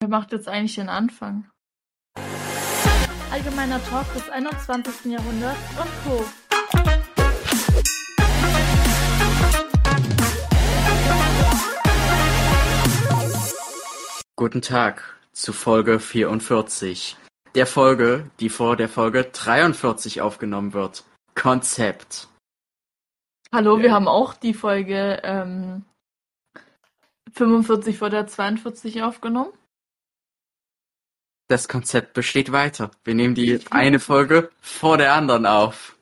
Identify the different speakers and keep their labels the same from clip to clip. Speaker 1: Wer macht jetzt eigentlich den Anfang? Allgemeiner Talk des 21. Jahrhunderts und Co.
Speaker 2: Guten Tag zu Folge 44. Der Folge, die vor der Folge 43 aufgenommen wird. Konzept.
Speaker 1: Hallo, wir haben auch die Folge ähm, 45 vor der 42 aufgenommen.
Speaker 2: Das Konzept besteht weiter. Wir nehmen die eine Folge vor der anderen auf.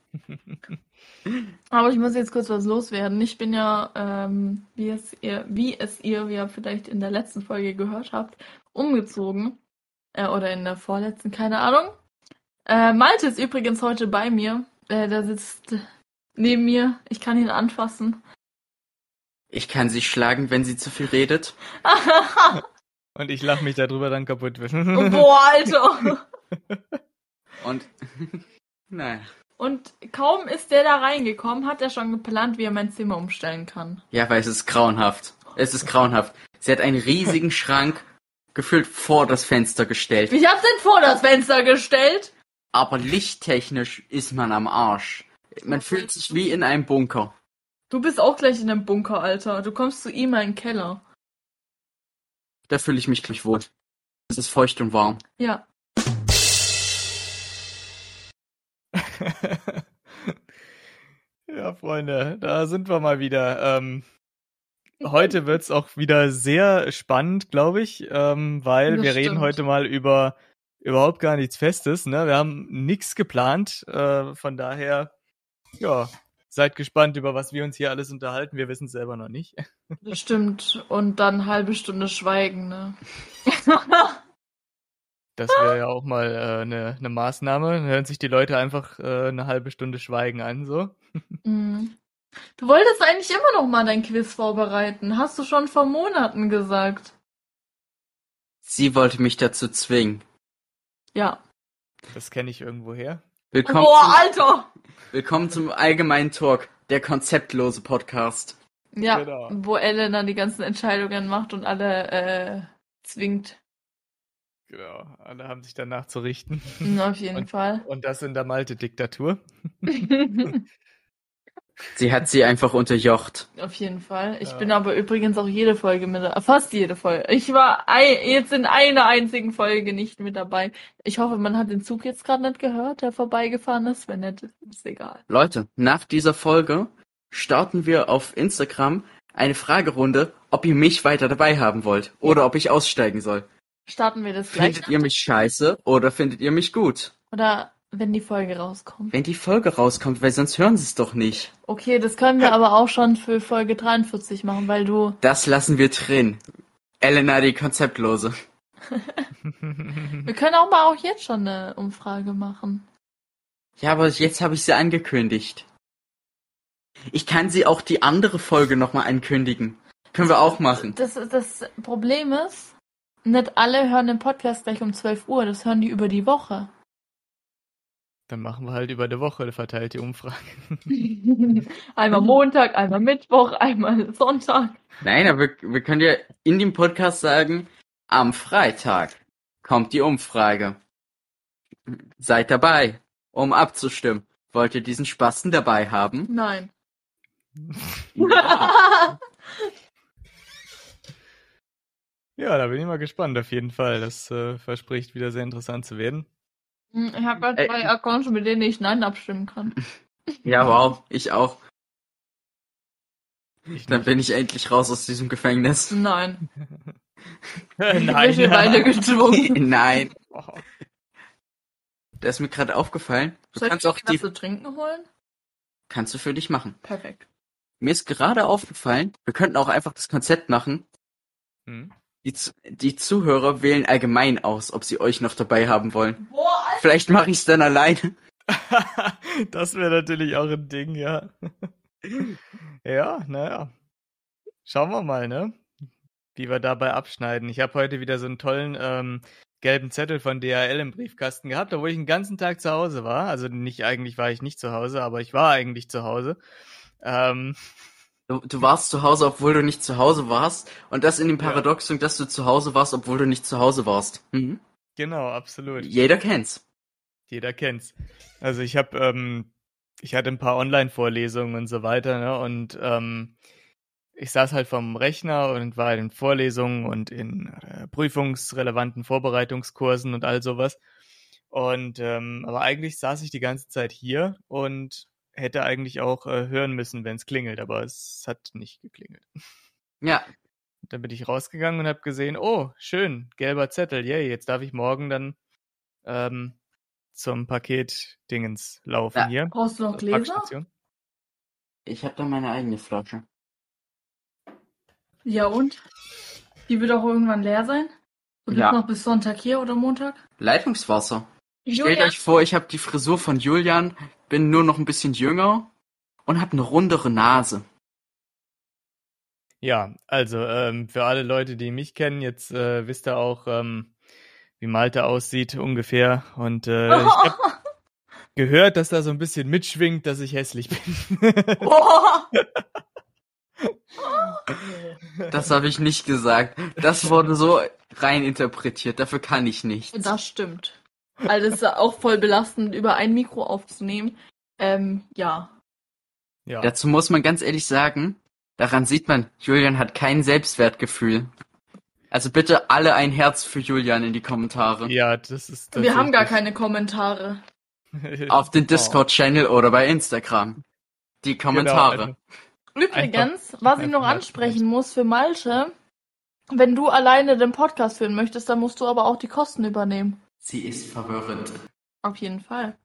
Speaker 1: Aber ich muss jetzt kurz was loswerden. Ich bin ja, ähm, wie es ihr, wie es ihr ja vielleicht in der letzten Folge gehört habt, umgezogen. Äh, oder in der vorletzten, keine Ahnung. Äh, Malte ist übrigens heute bei mir. Äh, der sitzt neben mir. Ich kann ihn anfassen.
Speaker 2: Ich kann sie schlagen, wenn sie zu viel redet.
Speaker 3: Und ich lache mich darüber dann kaputt.
Speaker 1: Oh, boah, Alter.
Speaker 2: Und naja.
Speaker 1: Und kaum ist der da reingekommen, hat er schon geplant, wie er mein Zimmer umstellen kann.
Speaker 2: Ja, weil es ist grauenhaft. Es ist grauenhaft. Sie hat einen riesigen Schrank gefühlt vor das Fenster gestellt.
Speaker 1: Ich hab's denn vor das Fenster gestellt.
Speaker 2: Aber lichttechnisch ist man am Arsch. Man fühlt sich wie in einem Bunker.
Speaker 1: Du bist auch gleich in einem Bunker, Alter. Du kommst zu ihm in den Keller.
Speaker 2: Da fühle ich mich gleich wohl. Es ist feucht und warm.
Speaker 1: Ja.
Speaker 3: ja, Freunde, da sind wir mal wieder. Ähm, heute wird's auch wieder sehr spannend, glaube ich, ähm, weil
Speaker 1: Das
Speaker 3: wir reden
Speaker 1: stimmt.
Speaker 3: heute mal über überhaupt gar nichts Festes. Ne? Wir haben nichts geplant. Äh, von daher, ja, seid gespannt, über was wir uns hier alles unterhalten. Wir wissen selber noch nicht.
Speaker 1: Das stimmt. Und dann halbe Stunde Schweigen, ne?
Speaker 3: Das wäre ja auch mal eine äh, ne- ne Maßnahme. Dann hören sich die Leute einfach äh, eine halbe Stunde Schweigen an, so.
Speaker 1: Mhm. Du wolltest eigentlich immer noch mal dein Quiz vorbereiten. Hast du schon vor Monaten gesagt.
Speaker 2: Sie wollte mich dazu zwingen.
Speaker 1: Ja.
Speaker 3: Das kenne ich irgendwo her.
Speaker 2: Willkommen,
Speaker 1: Boah,
Speaker 2: zum,
Speaker 1: Alter!
Speaker 2: willkommen zum allgemeinen Talk, der konzeptlose Podcast.
Speaker 1: Ja, Mhm.
Speaker 3: Genau.
Speaker 1: wo Elena die ganzen Entscheidungen macht und alle äh, zwingt.
Speaker 3: Genau, alle haben sich danach zu richten.
Speaker 1: Mhm, Auf jeden
Speaker 3: Und-
Speaker 1: Fall.
Speaker 3: Und das in der Malte-Diktatur.
Speaker 2: Sie hat sie einfach unterjocht.
Speaker 1: Auf jeden Fall. Ich
Speaker 3: Ja.
Speaker 1: bin aber übrigens auch jede Folge mit dabei. Fast jede Folge. Ich war ei- jetzt in einer einzigen Folge nicht mit dabei. Ich hoffe, man hat den Zug jetzt gerade nicht gehört, der vorbeigefahren ist. Wenn nicht, ist egal.
Speaker 2: Leute, nach dieser Folge starten wir auf Instagram eine Fragerunde, ob ihr mich weiter dabei haben wollt oder ob ich aussteigen soll.
Speaker 1: Starten wir das gleich.
Speaker 2: Findet ihr mich scheiße oder findet ihr mich gut?
Speaker 1: Oder wenn die Folge rauskommt.
Speaker 2: Wenn die Folge rauskommt, weil sonst hören sie es doch nicht.
Speaker 1: Okay, das können wir aber auch schon für Folge 43 machen, weil du.
Speaker 3: Mhm.
Speaker 2: Das lassen wir drin. Elena, die Konzeptlose.
Speaker 1: Wir können auch mal auch jetzt schon eine Umfrage machen.
Speaker 2: Ja, aber jetzt habe ich sie angekündigt. Ich kann sie auch die andere Folge nochmal ankündigen. Können wir auch machen.
Speaker 1: Das, das Problem ist, nicht alle hören den Podcast gleich um 12 Uhr. Das hören die über die Woche.
Speaker 3: Dann machen wir halt über eine Woche verteilt die Umfrage.
Speaker 1: einmal Montag, einmal Mittwoch, einmal Sonntag.
Speaker 2: Nein, aber wir, wir können ja in dem Podcast sagen, am Freitag kommt die Umfrage. Seid dabei, um abzustimmen. Wollt ihr diesen Spasten dabei haben?
Speaker 1: Nein.
Speaker 3: Ja, da bin ich mal gespannt auf jeden Fall. Das äh, verspricht wieder sehr interessant zu werden.
Speaker 1: Hm, ich habe ja
Speaker 2: Ey.
Speaker 1: zwei Accounts, mit denen ich Nein abstimmen kann.
Speaker 2: Ja, wow, ich auch.
Speaker 3: Ich
Speaker 2: Dann bin ich endlich raus aus diesem Gefängnis.
Speaker 1: Nein.
Speaker 3: Nein,
Speaker 1: Ich bin beide gezwungen.
Speaker 2: Nein,
Speaker 3: Oh,
Speaker 2: da ist mir gerade aufgefallen. Du
Speaker 1: Soll ich
Speaker 2: kannst
Speaker 1: mir
Speaker 2: auch die,
Speaker 1: was zu trinken holen?
Speaker 2: kannst du für dich machen.
Speaker 1: Perfekt.
Speaker 2: Mir ist gerade aufgefallen, wir könnten auch einfach das Konzept machen.
Speaker 3: Hm?
Speaker 2: Die, Z- die Zuhörer wählen allgemein aus, ob sie euch noch dabei haben wollen.
Speaker 1: Boah, Alter.
Speaker 2: Vielleicht mache ich es dann alleine.
Speaker 3: das wäre natürlich auch ein Ding, ja. ja, naja. Schauen wir mal, ne? Wie wir dabei abschneiden. Ich habe heute wieder so einen tollen ähm, gelben Zettel von DHL im Briefkasten gehabt, obwohl ich den ganzen Tag zu Hause war. Also nicht eigentlich war ich nicht zu Hause, aber ich war eigentlich zu Hause. Ähm,
Speaker 2: Du, du warst zu Hause, obwohl du nicht zu Hause warst. Und das in dem
Speaker 3: Ja.
Speaker 2: Paradoxon, dass du zu Hause warst, obwohl du nicht zu Hause warst. Mhm.
Speaker 3: Genau, absolut.
Speaker 2: Jeder kennt's.
Speaker 3: Jeder kennt's. Also ich habe, ähm, ich hatte ein paar Online-Vorlesungen und so weiter, ne? Und ähm, ich saß halt vom Rechner und war in Vorlesungen und in äh, prüfungsrelevanten Vorbereitungskursen und all sowas. Und ähm, aber eigentlich saß ich die ganze Zeit hier und hätte eigentlich auch äh, hören müssen, wenn es klingelt, aber es hat nicht geklingelt.
Speaker 2: Ja,
Speaker 3: Dann bin ich rausgegangen und habe gesehen, oh, schön, gelber Zettel, yay, jetzt darf ich morgen dann ähm, zum Paket-Dingens laufen
Speaker 2: Ja.
Speaker 3: hier.
Speaker 1: Brauchst du noch
Speaker 3: zur
Speaker 1: Gläser?
Speaker 3: Packstation.
Speaker 2: ich habe da meine eigene Flasche.
Speaker 1: Ja und? Die wird auch irgendwann leer sein. Du bist
Speaker 2: Ja.
Speaker 1: noch bis Sonntag hier oder Montag?
Speaker 2: Leitungswasser. Stellt
Speaker 1: Julian,
Speaker 2: euch vor, ich habe die Frisur von Julian, bin nur noch ein bisschen jünger und habe eine rundere Nase.
Speaker 3: Ja, also ähm, für alle Leute, die mich kennen, jetzt äh, wisst ihr auch, ähm, wie Malte aussieht ungefähr. Und äh, ich habe gehört, dass da so ein bisschen mitschwingt, dass ich hässlich bin.
Speaker 2: Das habe ich nicht gesagt. Das wurde so rein interpretiert. Dafür kann ich nicht.
Speaker 1: das stimmt. Also es ist auch voll belastend, über ein Mikro aufzunehmen. Ähm, ja.
Speaker 3: ja.
Speaker 2: Dazu muss man ganz ehrlich sagen, daran sieht man, Julian hat kein Selbstwertgefühl. Also bitte alle ein Herz für Julian in die Kommentare.
Speaker 3: ja, das ist.
Speaker 1: Wir haben gar
Speaker 3: tatsächlich-
Speaker 1: keine Kommentare.
Speaker 2: Auf den
Speaker 3: Oh.
Speaker 2: Discord-Channel oder bei Instagram. Die Kommentare.
Speaker 3: Genau, also-
Speaker 1: Übrigens, was ich
Speaker 3: einfach
Speaker 1: noch
Speaker 3: mal
Speaker 1: ansprechen
Speaker 3: schlecht.
Speaker 1: muss für Malte, wenn du alleine den Podcast führen möchtest, dann musst du aber auch die Kosten übernehmen.
Speaker 2: Sie ist verwirrend.
Speaker 1: Auf jeden Fall.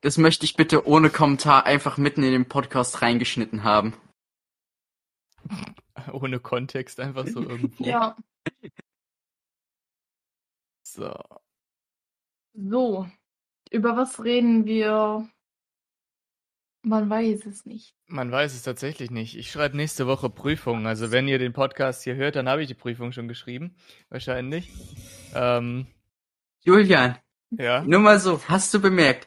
Speaker 2: Das möchte ich bitte ohne Kommentar einfach mitten in den Podcast reingeschnitten haben.
Speaker 3: ohne Kontext einfach so irgendwo.
Speaker 1: Ja.
Speaker 3: So.
Speaker 1: So. Über was reden wir? Man weiß es nicht.
Speaker 3: Man weiß es tatsächlich nicht. Ich schreibe nächste Woche Prüfung. Also wenn ihr den Podcast hier hört, dann habe ich die Prüfung schon geschrieben. Wahrscheinlich. Ähm,
Speaker 2: Julian,
Speaker 3: ja.
Speaker 2: nur mal so, hast du bemerkt,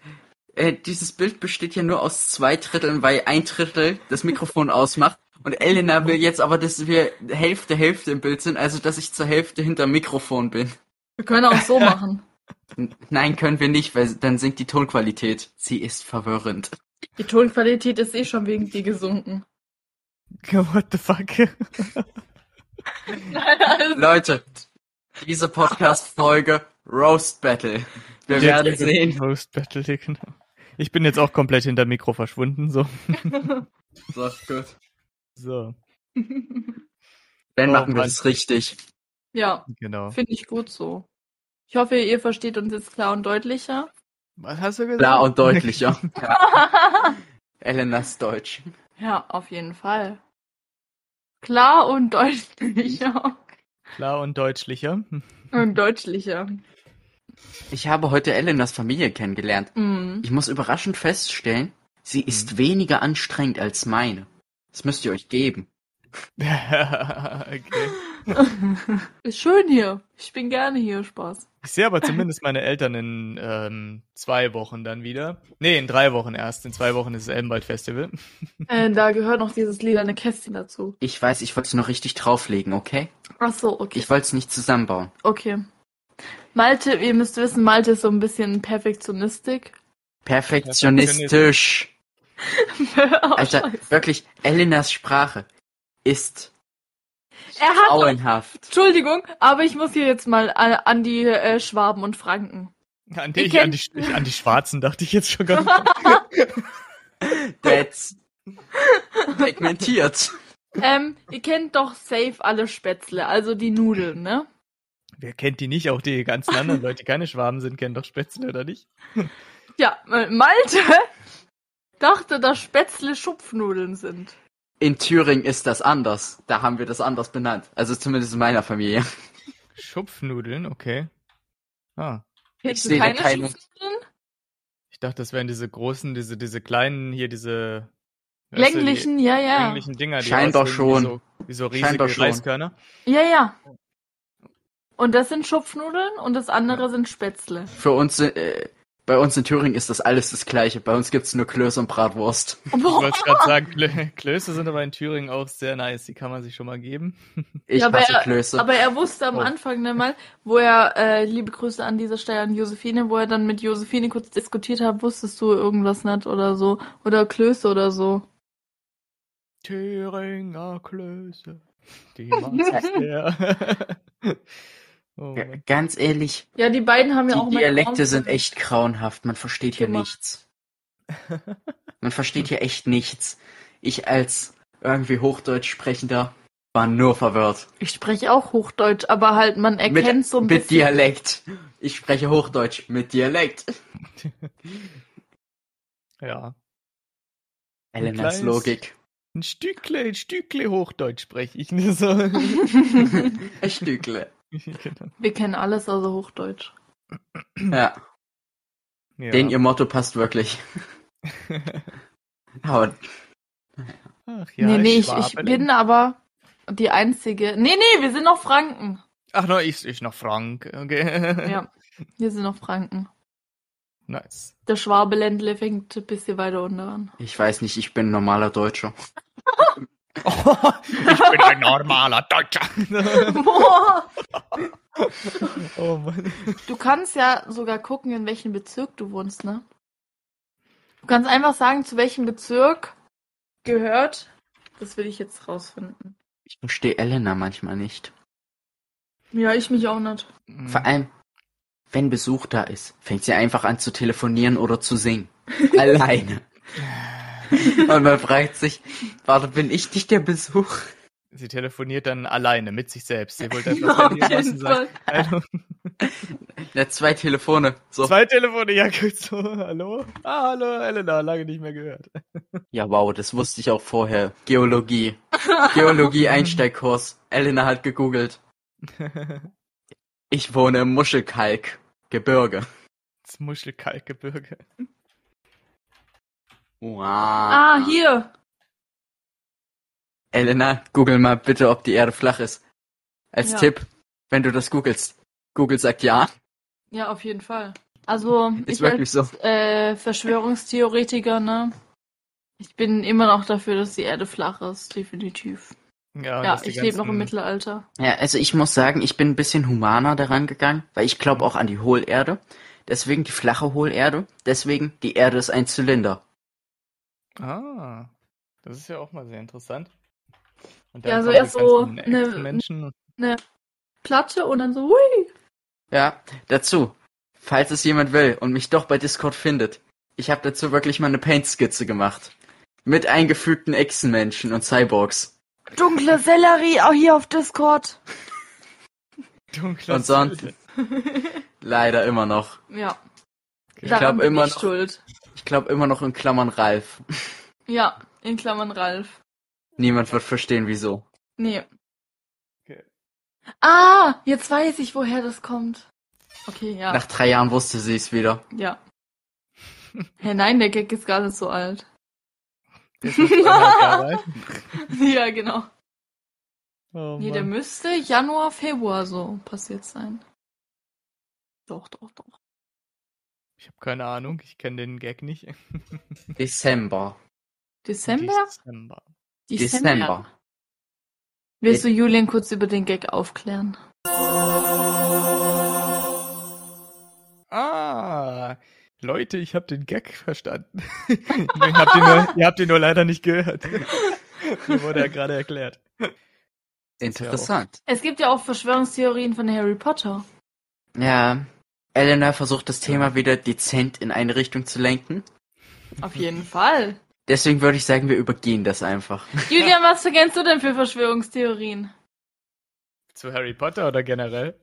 Speaker 2: äh, dieses Bild besteht ja nur aus zwei Dritteln, weil ein Drittel das Mikrofon ausmacht. Und Elena will jetzt aber, dass wir Hälfte, Hälfte im Bild sind, also dass ich zur Hälfte hinterm Mikrofon bin.
Speaker 1: Wir können auch so machen.
Speaker 2: N- Nein, können wir nicht, weil dann sinkt die Tonqualität. Sie ist verwirrend.
Speaker 1: Die Tonqualität ist eh schon wegen dir gesunken.
Speaker 3: What the fuck?
Speaker 1: Nein, also,
Speaker 2: Leute, diese Podcast-Folge Roast Battle. Wir werden sehen.
Speaker 3: Roast Battle, ja, genau. Ich bin jetzt auch komplett hinter Mikro verschwunden. So.
Speaker 2: So, gut.
Speaker 3: so.
Speaker 2: Dann
Speaker 3: Oh,
Speaker 2: machen wir
Speaker 3: Mann.
Speaker 2: das richtig.
Speaker 1: ja,
Speaker 3: Genau.
Speaker 1: finde ich gut so. Ich hoffe, ihr versteht uns jetzt klar und deutlicher.
Speaker 3: Was hast du gesagt?
Speaker 2: Klar und deutlicher. ja. Elenas Deutsch.
Speaker 1: Ja, auf jeden Fall. Klar und deutlicher.
Speaker 3: Klar und deutlicher.
Speaker 1: Und deutlicher.
Speaker 2: Ich habe heute Elenas Familie kennengelernt.
Speaker 1: Mhm.
Speaker 2: Ich muss überraschend feststellen, sie ist weniger anstrengend als meine. Das müsst ihr euch geben.
Speaker 3: okay.
Speaker 1: Ist schön hier. Ich bin gerne hier, Spaß.
Speaker 3: Ich sehe aber zumindest meine Eltern in ähm, zwei Wochen dann wieder. Nee, in drei Wochen erst. In zwei Wochen ist das Elbenwald Festival.
Speaker 1: Äh, da gehört noch dieses lilane Kästchen dazu.
Speaker 2: Ich weiß, ich wollte es noch richtig drauflegen, okay?
Speaker 1: Ach so, okay.
Speaker 2: Ich wollte es nicht zusammenbauen.
Speaker 1: Okay. Malte, ihr müsst wissen, Malte ist so ein bisschen Perfektionistik.
Speaker 2: Perfektionistisch.
Speaker 1: Oh,
Speaker 2: Alter,
Speaker 1: Scheiße.
Speaker 2: wirklich, Elenas Sprache ist
Speaker 1: er hat.
Speaker 2: auenhaft.
Speaker 1: Entschuldigung, aber ich muss hier jetzt mal an, an die äh, Schwaben und Franken.
Speaker 3: An
Speaker 1: Ihr
Speaker 3: die, ich, an, die,
Speaker 1: kennt-
Speaker 3: ich, an die Schwarzen dachte ich jetzt schon gar
Speaker 2: That's segmentiert.
Speaker 1: Ähm, ihr kennt doch safe alle Spätzle, also die Nudeln, ne?
Speaker 3: Wer kennt die nicht? Auch die ganzen anderen Leute, die keine Schwaben sind, kennen doch Spätzle, oder nicht?
Speaker 1: Ja, äh, Malte dachte, dass Spätzle Schupfnudeln sind.
Speaker 2: In Thüringen ist das anders. Da haben wir das anders benannt. Also zumindest in meiner Familie.
Speaker 3: Schupfnudeln, okay. Ah,
Speaker 1: Kennst du
Speaker 2: sehe da
Speaker 1: keine,
Speaker 2: keine-
Speaker 1: Schupfnudeln?
Speaker 3: ich dachte, das wären diese großen, diese, diese kleinen hier, diese weißt du, die
Speaker 1: Länglichen, ja, ja.
Speaker 3: länglichen Dinger, die
Speaker 2: Scheinbar
Speaker 3: aussehen
Speaker 2: schon.
Speaker 3: Wie so, wie so
Speaker 2: Scheinbar
Speaker 3: riesige
Speaker 2: schon.
Speaker 3: Reiskörner.
Speaker 1: Ja, ja. Und das sind Schupfnudeln und das andere sind Spätzle.
Speaker 2: Für uns, äh, Bei uns in Thüringen ist das alles das Gleiche. Bei uns gibt's nur Klöße und Bratwurst.
Speaker 3: Ich
Speaker 1: Boah.
Speaker 3: wollte gerade sagen, Klö Klöße sind aber in Thüringen auch sehr nice. Die kann man sich schon mal geben.
Speaker 2: Ich
Speaker 1: Ja, aber
Speaker 2: hasse
Speaker 1: er-
Speaker 2: Klöße.
Speaker 1: Aber er wusste am
Speaker 3: Oh.
Speaker 1: Anfang dann mal, wo er, äh, liebe Grüße an dieser Stelle an Josephine, wo er dann mit Josephine kurz diskutiert hat, wusstest du irgendwas nicht oder so. Oder Klöße oder so.
Speaker 3: Thüringer Klöße. Die macht's sehr. oh
Speaker 2: Ja,
Speaker 3: Mann.
Speaker 2: Ganz ehrlich,
Speaker 1: Ja, die beiden haben ja auch
Speaker 2: die
Speaker 1: mal
Speaker 2: Dialekte
Speaker 1: Raum-
Speaker 2: sind echt grauenhaft. Man versteht hier
Speaker 1: Gemacht.
Speaker 2: nichts. Man versteht hier echt nichts. Ich als irgendwie Hochdeutsch sprechender war nur verwirrt.
Speaker 1: Ich spreche auch Hochdeutsch, aber halt, man erkennt
Speaker 2: mit,
Speaker 1: so ein
Speaker 2: mit
Speaker 1: bisschen.
Speaker 2: Dialekt. Ich spreche Hochdeutsch mit Dialekt.
Speaker 3: ja.
Speaker 2: Elenas
Speaker 3: kleines-
Speaker 2: Logik.
Speaker 3: Ein Stückle, ein Stückle Hochdeutsch spreche ich nicht so.
Speaker 2: Ein Stückle.
Speaker 3: genau.
Speaker 1: Wir kennen alles außer Hochdeutsch.
Speaker 2: Ja,
Speaker 3: ja.
Speaker 2: den ihr Motto passt wirklich. Aber
Speaker 3: Ach ja,
Speaker 1: nee, nee, ich, ich
Speaker 3: Schwaben.
Speaker 1: bin aber die einzige. Nee, nee, wir sind noch Franken.
Speaker 3: Ach no, ich, ich noch Frank. Okay.
Speaker 1: Ja, wir sind noch Franken.
Speaker 3: Nice.
Speaker 1: Der Schwabeländle fängt ein bisschen weiter unter an.
Speaker 2: ich weiß nicht, ich bin ein normaler Deutscher.
Speaker 3: ich bin ein normaler Deutscher.
Speaker 1: Boah.
Speaker 3: oh Mann.
Speaker 1: Du kannst ja sogar gucken, in welchem Bezirk du wohnst, ne? Du kannst einfach sagen, zu welchem Bezirk gehört. Das will ich jetzt rausfinden.
Speaker 2: Ich verstehe Elena manchmal nicht.
Speaker 1: Ja, ich mich auch nicht.
Speaker 2: Vor
Speaker 3: Mhm.
Speaker 2: allem, wenn Besuch da ist, fängt sie einfach an zu telefonieren oder zu singen. Alleine. Und man fragt sich, warte, bin ich nicht der Besuch?
Speaker 3: Hm. Sie telefoniert dann alleine mit sich selbst. Sie wollte
Speaker 1: Auf
Speaker 3: einfach ja, was
Speaker 1: jeden
Speaker 3: sie sagt. Hallo.
Speaker 2: Ja, zwei Telefone. So.
Speaker 3: Zwei Telefone, ja, gut so. Hallo? Ah, hallo, Elena, lange nicht mehr gehört.
Speaker 2: Ja, wow, das wusste ich auch vorher. Geologie. Geologie-Einsteigkurs. Elena hat gegoogelt. Ich wohne im Muschelkalk. Gebirge.
Speaker 3: Das Muschelkalkgebirge.
Speaker 2: Wow.
Speaker 1: Ah, hier.
Speaker 2: Elena, google mal bitte, ob die Erde flach ist. Als
Speaker 1: Ja.
Speaker 2: Tipp, wenn du das googelst. Google sagt ja.
Speaker 1: Ja, auf jeden Fall. Also,
Speaker 2: Ist
Speaker 1: ich
Speaker 2: wirklich so.
Speaker 1: äh, Verschwörungstheoretiker, ne? Ich bin immer noch dafür, dass die Erde flach ist, definitiv.
Speaker 3: Ja, und
Speaker 1: ja,
Speaker 3: dass die
Speaker 1: ich lebe noch im
Speaker 3: ganzen-
Speaker 1: Mittelalter.
Speaker 2: Ja, also ich muss sagen, ich bin ein bisschen humaner daran gegangen, weil ich glaube auch an die Hohlerde. Deswegen die flache Hohlerde. Deswegen die Erde ist ein Zylinder.
Speaker 3: Ah, das ist ja auch mal sehr interessant. Und
Speaker 1: Ja, so
Speaker 3: kommen die
Speaker 1: erst so
Speaker 3: ganzen
Speaker 1: eine-
Speaker 3: echten Menschen. und-
Speaker 1: Platte und dann so, hui.
Speaker 2: Ja, dazu, falls es jemand will und mich doch bei Discord findet, ich habe dazu wirklich mal eine Paint-Skizze gemacht. Mit eingefügten Echsenmenschen und Cyborgs.
Speaker 1: Dunkle Sellerie, auch hier auf Discord.
Speaker 3: Dunkler
Speaker 2: Und sonst-
Speaker 3: Seele.
Speaker 2: Leider immer noch.
Speaker 1: Ja.
Speaker 3: Ich
Speaker 1: Daran
Speaker 2: glaub
Speaker 1: bin
Speaker 2: immer
Speaker 1: ich
Speaker 2: noch-
Speaker 1: schuld.
Speaker 2: Ich glaube immer noch in Klammern Ralf.
Speaker 1: Ja, in Klammern Ralf.
Speaker 2: Niemand wird verstehen, wieso.
Speaker 1: Nee.
Speaker 3: Okay.
Speaker 1: Ah, jetzt weiß ich, woher das kommt. Okay, ja.
Speaker 2: Nach drei Jahren wusste sie es wieder.
Speaker 1: Ja. Hä, nein, der Gag ist gar nicht so alt.
Speaker 3: Der ist noch zweieinhalb Jahre alt.
Speaker 1: ja, genau.
Speaker 3: Oh
Speaker 1: Nee, der
Speaker 3: Mann.
Speaker 1: müsste Januar, Februar so passiert sein. Doch, doch, doch.
Speaker 3: Ich habe keine Ahnung, ich kenne den Gag nicht.
Speaker 2: Dezember.
Speaker 1: Dezember?
Speaker 3: Dezember.
Speaker 2: Dezember.
Speaker 1: Willst du Julian kurz über den Gag aufklären?
Speaker 3: Ah, Leute, ich habe den Gag verstanden. ihr, habt ihn nur, ihr habt ihn nur leider nicht gehört. Mir wurde ja gerade erklärt.
Speaker 2: Interessant.
Speaker 1: Es gibt ja auch Verschwörungstheorien von Harry Potter.
Speaker 2: Ja. Elena versucht das Thema wieder dezent in eine Richtung zu lenken.
Speaker 1: Auf jeden Fall.
Speaker 2: Deswegen würde ich sagen, wir übergehen das einfach.
Speaker 1: Julian, was vergänst du denn für Verschwörungstheorien?
Speaker 3: Zu Harry Potter oder generell?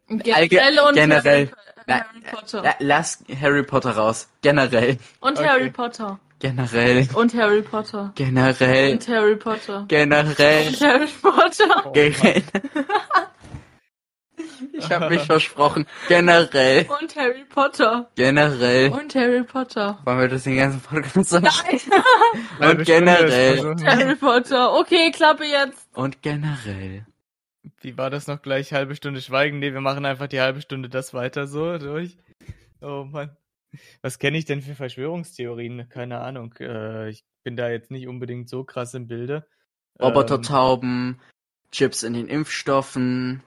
Speaker 1: Harry,
Speaker 2: generell.
Speaker 1: Harry Potter.
Speaker 2: La- Lass Harry Potter raus. Generell.
Speaker 1: Und
Speaker 3: Okay.
Speaker 1: Harry Potter.
Speaker 2: Generell.
Speaker 1: Und Harry Potter.
Speaker 3: Äh.
Speaker 2: Generell.
Speaker 1: Und Harry Potter.
Speaker 2: Generell.
Speaker 1: Und Harry Potter.
Speaker 3: Oh Mann.
Speaker 2: Generell. Ich habe mich versprochen. Generell.
Speaker 1: Und Harry Potter.
Speaker 3: Äh.
Speaker 2: Generell.
Speaker 1: Und Harry Potter.
Speaker 2: Wollen wir das den ganzen Podcast sagen?
Speaker 1: Nein.
Speaker 2: Und
Speaker 3: Halbe Stunde ist
Speaker 2: generell.
Speaker 3: also-
Speaker 1: Harry Potter. Okay, Klappe jetzt.
Speaker 2: Und generell.
Speaker 3: Wie war das noch gleich? Halbe Stunde Schweigen? Nee, wir machen einfach die halbe Stunde das weiter so durch. Oh Mann. Was kenne ich denn für Verschwörungstheorien? Keine Ahnung. Äh, ich bin da jetzt nicht unbedingt so krass im Bilde. Ähm,
Speaker 2: Robotertauben, Chips in den Impfstoffen,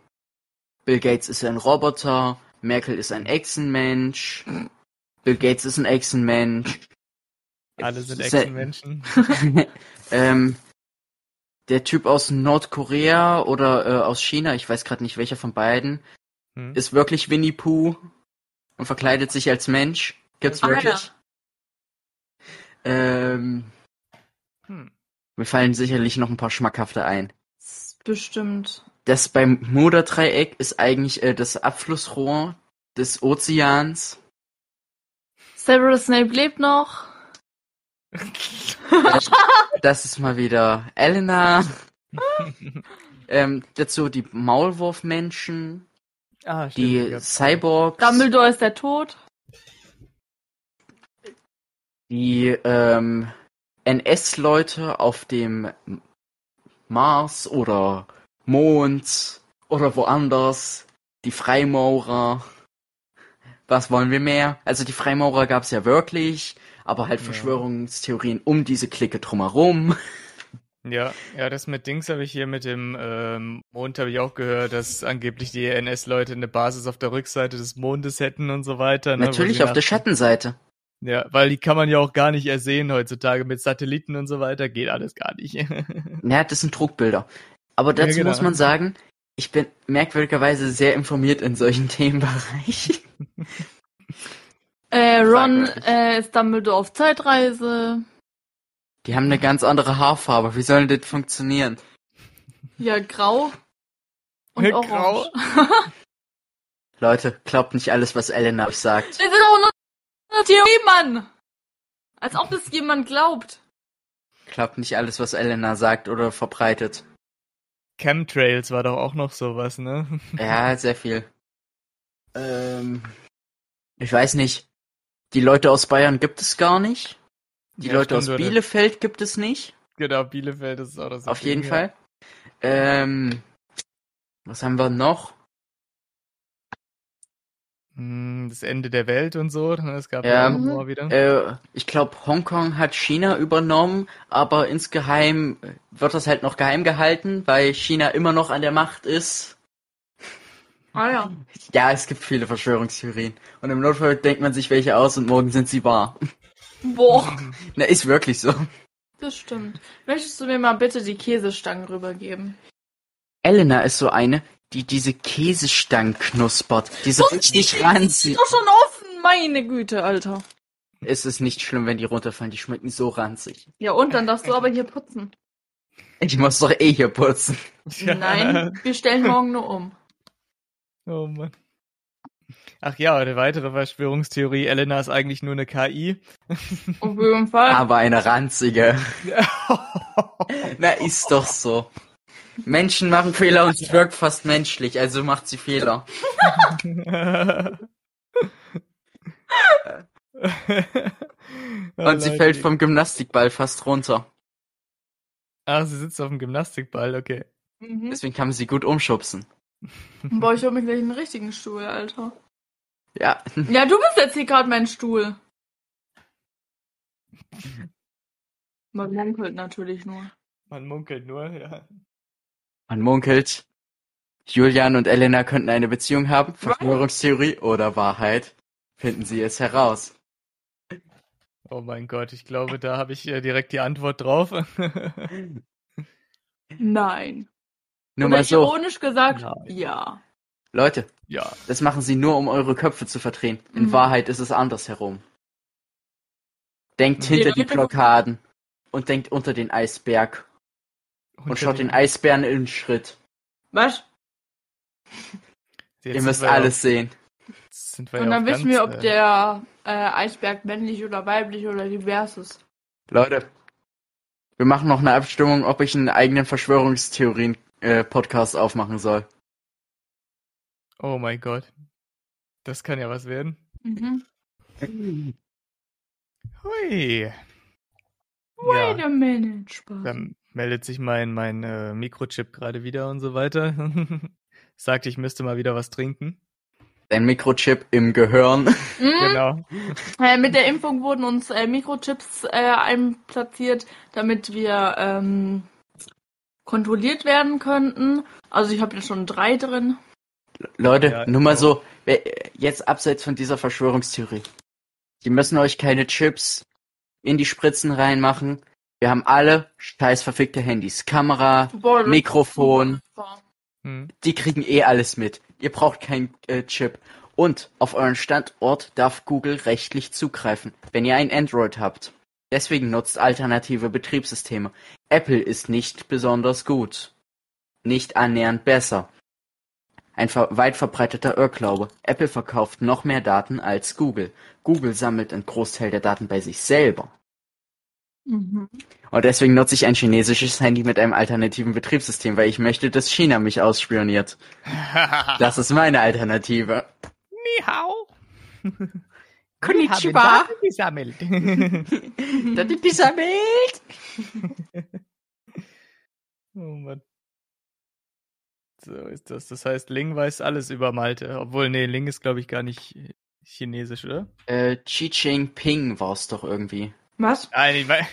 Speaker 2: Bill Gates ist ein Roboter, Merkel ist ein Echsenmensch, Bill Gates ist ein Echsenmensch.
Speaker 3: Alle sind
Speaker 2: Se-
Speaker 3: Echsenmenschen.
Speaker 2: ähm, der Typ aus Nordkorea oder äh, aus China, ich weiß gerade nicht welcher von beiden,
Speaker 3: Hm?
Speaker 2: ist wirklich Winnie Pooh und verkleidet sich als Mensch. Gibt's
Speaker 1: Ah, ja.
Speaker 2: wirklich? Ähm,
Speaker 3: Hm.
Speaker 2: mir fallen sicherlich noch ein paar schmackhafte ein.
Speaker 1: Ist Bestimmt.
Speaker 2: Das beim Muderdreieck ist eigentlich äh, das Abflussrohr des Ozeans.
Speaker 1: Severus Snape lebt noch.
Speaker 2: Das, das ist mal wieder Elena. Ähm, dazu die Maulwurfmenschen,
Speaker 3: ah, stimmt,
Speaker 2: die
Speaker 3: gab's-
Speaker 2: Cyborgs,
Speaker 1: Dumbledore ist der Tod.
Speaker 2: die ähm, NS-Leute auf dem Mars oder Mond oder woanders, die Freimaurer. Was wollen wir mehr? Also die Freimaurer gab's ja wirklich, aber halt
Speaker 3: Ja.
Speaker 2: Verschwörungstheorien um diese Clique drumherum.
Speaker 3: Ja, ja, das mit Dings habe ich hier mit dem ähm, Mond habe ich auch gehört, dass angeblich die NS-Leute eine Basis auf der Rückseite des Mondes hätten und so weiter. Ne, wo
Speaker 2: Natürlich
Speaker 3: sie
Speaker 2: auf der
Speaker 3: nach-
Speaker 2: Schattenseite.
Speaker 3: Ja, weil die kann man ja auch gar nicht ersehen heutzutage mit Satelliten und so weiter, geht alles gar nicht.
Speaker 2: Naja, das sind Druckbilder. Aber dazu
Speaker 3: genau.
Speaker 2: muss man sagen, ich bin merkwürdigerweise sehr informiert in solchen Themenbereichen.
Speaker 1: Äh, Ron
Speaker 2: Fragwürdig.
Speaker 1: äh, ist Dumbledore auf Zeitreise.
Speaker 2: Die haben eine ganz andere Haarfarbe. Wie soll denn das funktionieren?
Speaker 1: Ja, grau. Und orange.
Speaker 3: Grau.
Speaker 2: Leute, glaubt nicht alles, was Elena euch sagt.
Speaker 1: Das ist doch nur eine Theorie, Mann. Als ob das jemand glaubt.
Speaker 2: Glaubt nicht alles, was Elena sagt oder verbreitet.
Speaker 3: Chemtrails war doch auch noch sowas, ne?
Speaker 2: Ja, sehr viel. Ähm, ich weiß nicht. Die Leute aus Bayern gibt es gar nicht. Die
Speaker 3: Ja,
Speaker 2: Leute
Speaker 3: stimmt,
Speaker 2: aus
Speaker 3: oder?
Speaker 2: Bielefeld gibt es nicht.
Speaker 3: Genau, Bielefeld das ist auch das.
Speaker 2: Auf jeden
Speaker 3: Ding,
Speaker 2: Fall. Ähm, was haben wir noch?
Speaker 3: Ja. Hm, Das Ende der Welt und so, ne, das gab
Speaker 2: Ja.
Speaker 3: ja auch
Speaker 1: Mhm.
Speaker 3: mal wieder.
Speaker 2: Äh, ich glaube, Hongkong hat China übernommen, aber insgeheim wird das halt noch geheim gehalten, weil China immer noch an der Macht ist.
Speaker 1: Ah ja.
Speaker 2: Ja, es gibt viele Verschwörungstheorien. Und im Notfall denkt man sich welche aus und morgen sind sie wahr.
Speaker 1: Boah,
Speaker 2: Na, ist wirklich so.
Speaker 1: das stimmt. Möchtest du mir mal bitte die Käsestangen rübergeben?
Speaker 2: Elena ist so eine, die diese Käsestangen knuspert. Die so richtig ranzig.
Speaker 1: Doch schon offen, meine Güte, Alter.
Speaker 2: Es ist nicht schlimm, wenn die runterfallen, die schmecken so ranzig.
Speaker 1: Ja, und dann darfst du aber hier putzen.
Speaker 2: Ich muss doch eh hier putzen.
Speaker 3: Tja.
Speaker 1: Nein, wir stellen morgen nur um.
Speaker 3: Oh Mann. Ach ja, eine weitere Verschwörungstheorie. Elena ist eigentlich nur eine KI.
Speaker 1: Auf jeden Fall.
Speaker 2: Aber eine ranzige. Na, ist doch so. Menschen machen Fehler und sie wirkt fast menschlich, also macht sie Fehler.
Speaker 3: Oh,
Speaker 2: Und sie fällt vom Gymnastikball fast runter.
Speaker 3: Ach, sie sitzt auf dem Gymnastikball, okay.
Speaker 1: Mhm.
Speaker 2: Deswegen kann man sie gut umschubsen.
Speaker 1: Boah, ich hol mir gleich einen richtigen Stuhl, Alter.
Speaker 2: Ja,
Speaker 1: Ja, du bist jetzt hier gerade mein Stuhl. Man munkelt natürlich nur.
Speaker 3: Man munkelt nur, ja.
Speaker 2: man munkelt. Julian und Elena könnten eine Beziehung haben. Verschwörungstheorie oder Wahrheit. Finden sie es heraus.
Speaker 3: Oh mein Gott, ich glaube, da habe ich äh, direkt die Antwort drauf.
Speaker 1: Nein. Und
Speaker 2: Nur
Speaker 1: dann
Speaker 2: mal so.
Speaker 1: ironisch gesagt,
Speaker 3: Nein.
Speaker 1: ja.
Speaker 2: Leute,
Speaker 3: ja.
Speaker 2: das machen sie nur, um eure Köpfe zu verdrehen. In
Speaker 1: Mhm.
Speaker 2: Wahrheit ist es andersherum. Denkt
Speaker 3: Die
Speaker 2: hinter die
Speaker 1: Leute-
Speaker 2: Blockaden und denkt unter den Eisberg. und schaut den Eisbären in den Schritt.
Speaker 1: Was?
Speaker 3: Jetzt
Speaker 2: Ihr
Speaker 3: sind
Speaker 2: müsst
Speaker 3: wir ja
Speaker 2: alles sehen.
Speaker 3: Auf, jetzt sind wir
Speaker 1: Und
Speaker 3: ja
Speaker 1: dann
Speaker 3: auf
Speaker 1: wissen
Speaker 3: ganz,
Speaker 1: wir, ob
Speaker 3: äh,
Speaker 1: der äh, Eisberg männlich oder weiblich oder divers ist.
Speaker 2: Leute, wir machen noch eine Abstimmung, ob ich einen eigenen Verschwörungstheorien-Podcast aufmachen soll.
Speaker 3: Oh mein Gott. Das kann ja was werden.
Speaker 1: Mhm.
Speaker 3: Hui. Ja.
Speaker 1: Wait a minute, Spaß.
Speaker 3: Dann meldet sich mein, mein äh, Mikrochip gerade wieder und so weiter. Sagt, ich müsste mal wieder was trinken.
Speaker 2: Dein Mikrochip im Gehirn.
Speaker 1: Mhm.
Speaker 3: Genau.
Speaker 1: Äh, mit der Impfung wurden uns äh, Mikrochips äh, einplatziert, damit wir ähm, kontrolliert werden könnten. Also ich habe ja schon drei drin.
Speaker 2: Leute,
Speaker 3: Ja,
Speaker 2: nur mal
Speaker 3: genau.
Speaker 2: so, wer- jetzt abseits von dieser Verschwörungstheorie. Die müssen euch keine Chips in die Spritzen reinmachen. Wir haben alle scheiß verfickte Handys. Kamera,
Speaker 1: Boah, das-
Speaker 2: Mikrofon.
Speaker 1: Boah.
Speaker 3: Hm.
Speaker 2: Die kriegen eh alles mit. Ihr braucht keinen äh, Chip. Und auf euren Standort darf Google rechtlich zugreifen, wenn ihr ein Android habt. Deswegen nutzt alternative Betriebssysteme. Apple ist nicht besonders gut. Nicht annähernd besser. Ein ver weit verbreiteter Irrglaube. Apple verkauft noch mehr Daten als Google. Google sammelt einen Großteil der Daten bei sich selber.
Speaker 1: Mhm.
Speaker 2: Und deswegen nutze ich ein chinesisches Handy mit einem alternativen Betriebssystem, weil ich möchte, dass China mich ausspioniert. Das ist meine Alternative.
Speaker 3: Nihau.
Speaker 2: Konnichiwa.
Speaker 3: gesammelt.
Speaker 2: Das ist dieser Bild.
Speaker 3: oh Mann. So ist das. Das heißt, Ling weiß alles über Malte. Obwohl, nee, Ling ist, glaube ich, gar nicht äh, chinesisch, oder?
Speaker 2: Äh, Xi Jinping war es doch irgendwie.
Speaker 1: Was?
Speaker 3: Nein, ich weiß.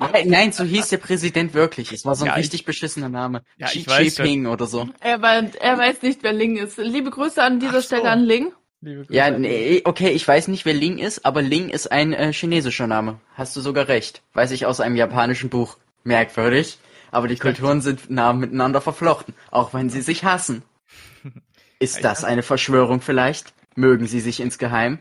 Speaker 2: Nein, nein, so hieß der Präsident wirklich. Es war so ein
Speaker 3: Ja, ich-
Speaker 2: richtig beschissener Name.
Speaker 3: Ja,
Speaker 2: Xi
Speaker 3: ich weiß schon.
Speaker 2: Jinping oder so.
Speaker 1: Er, wei- er weiß nicht, wer Ling ist. Liebe Grüße an dieser
Speaker 3: Ach so.
Speaker 1: Stelle an Ling.
Speaker 3: Liebe Grüße
Speaker 2: Ja,
Speaker 3: an Ling.
Speaker 2: nee, okay, ich weiß nicht, wer Ling ist, aber Ling ist ein äh, chinesischer Name. Hast du sogar recht. Weiß ich aus einem japanischen Buch. Merkwürdig. Aber die Kulturen sind nah miteinander verflochten, auch wenn sie sich hassen. Ist das eine Verschwörung vielleicht? Mögen sie sich insgeheim?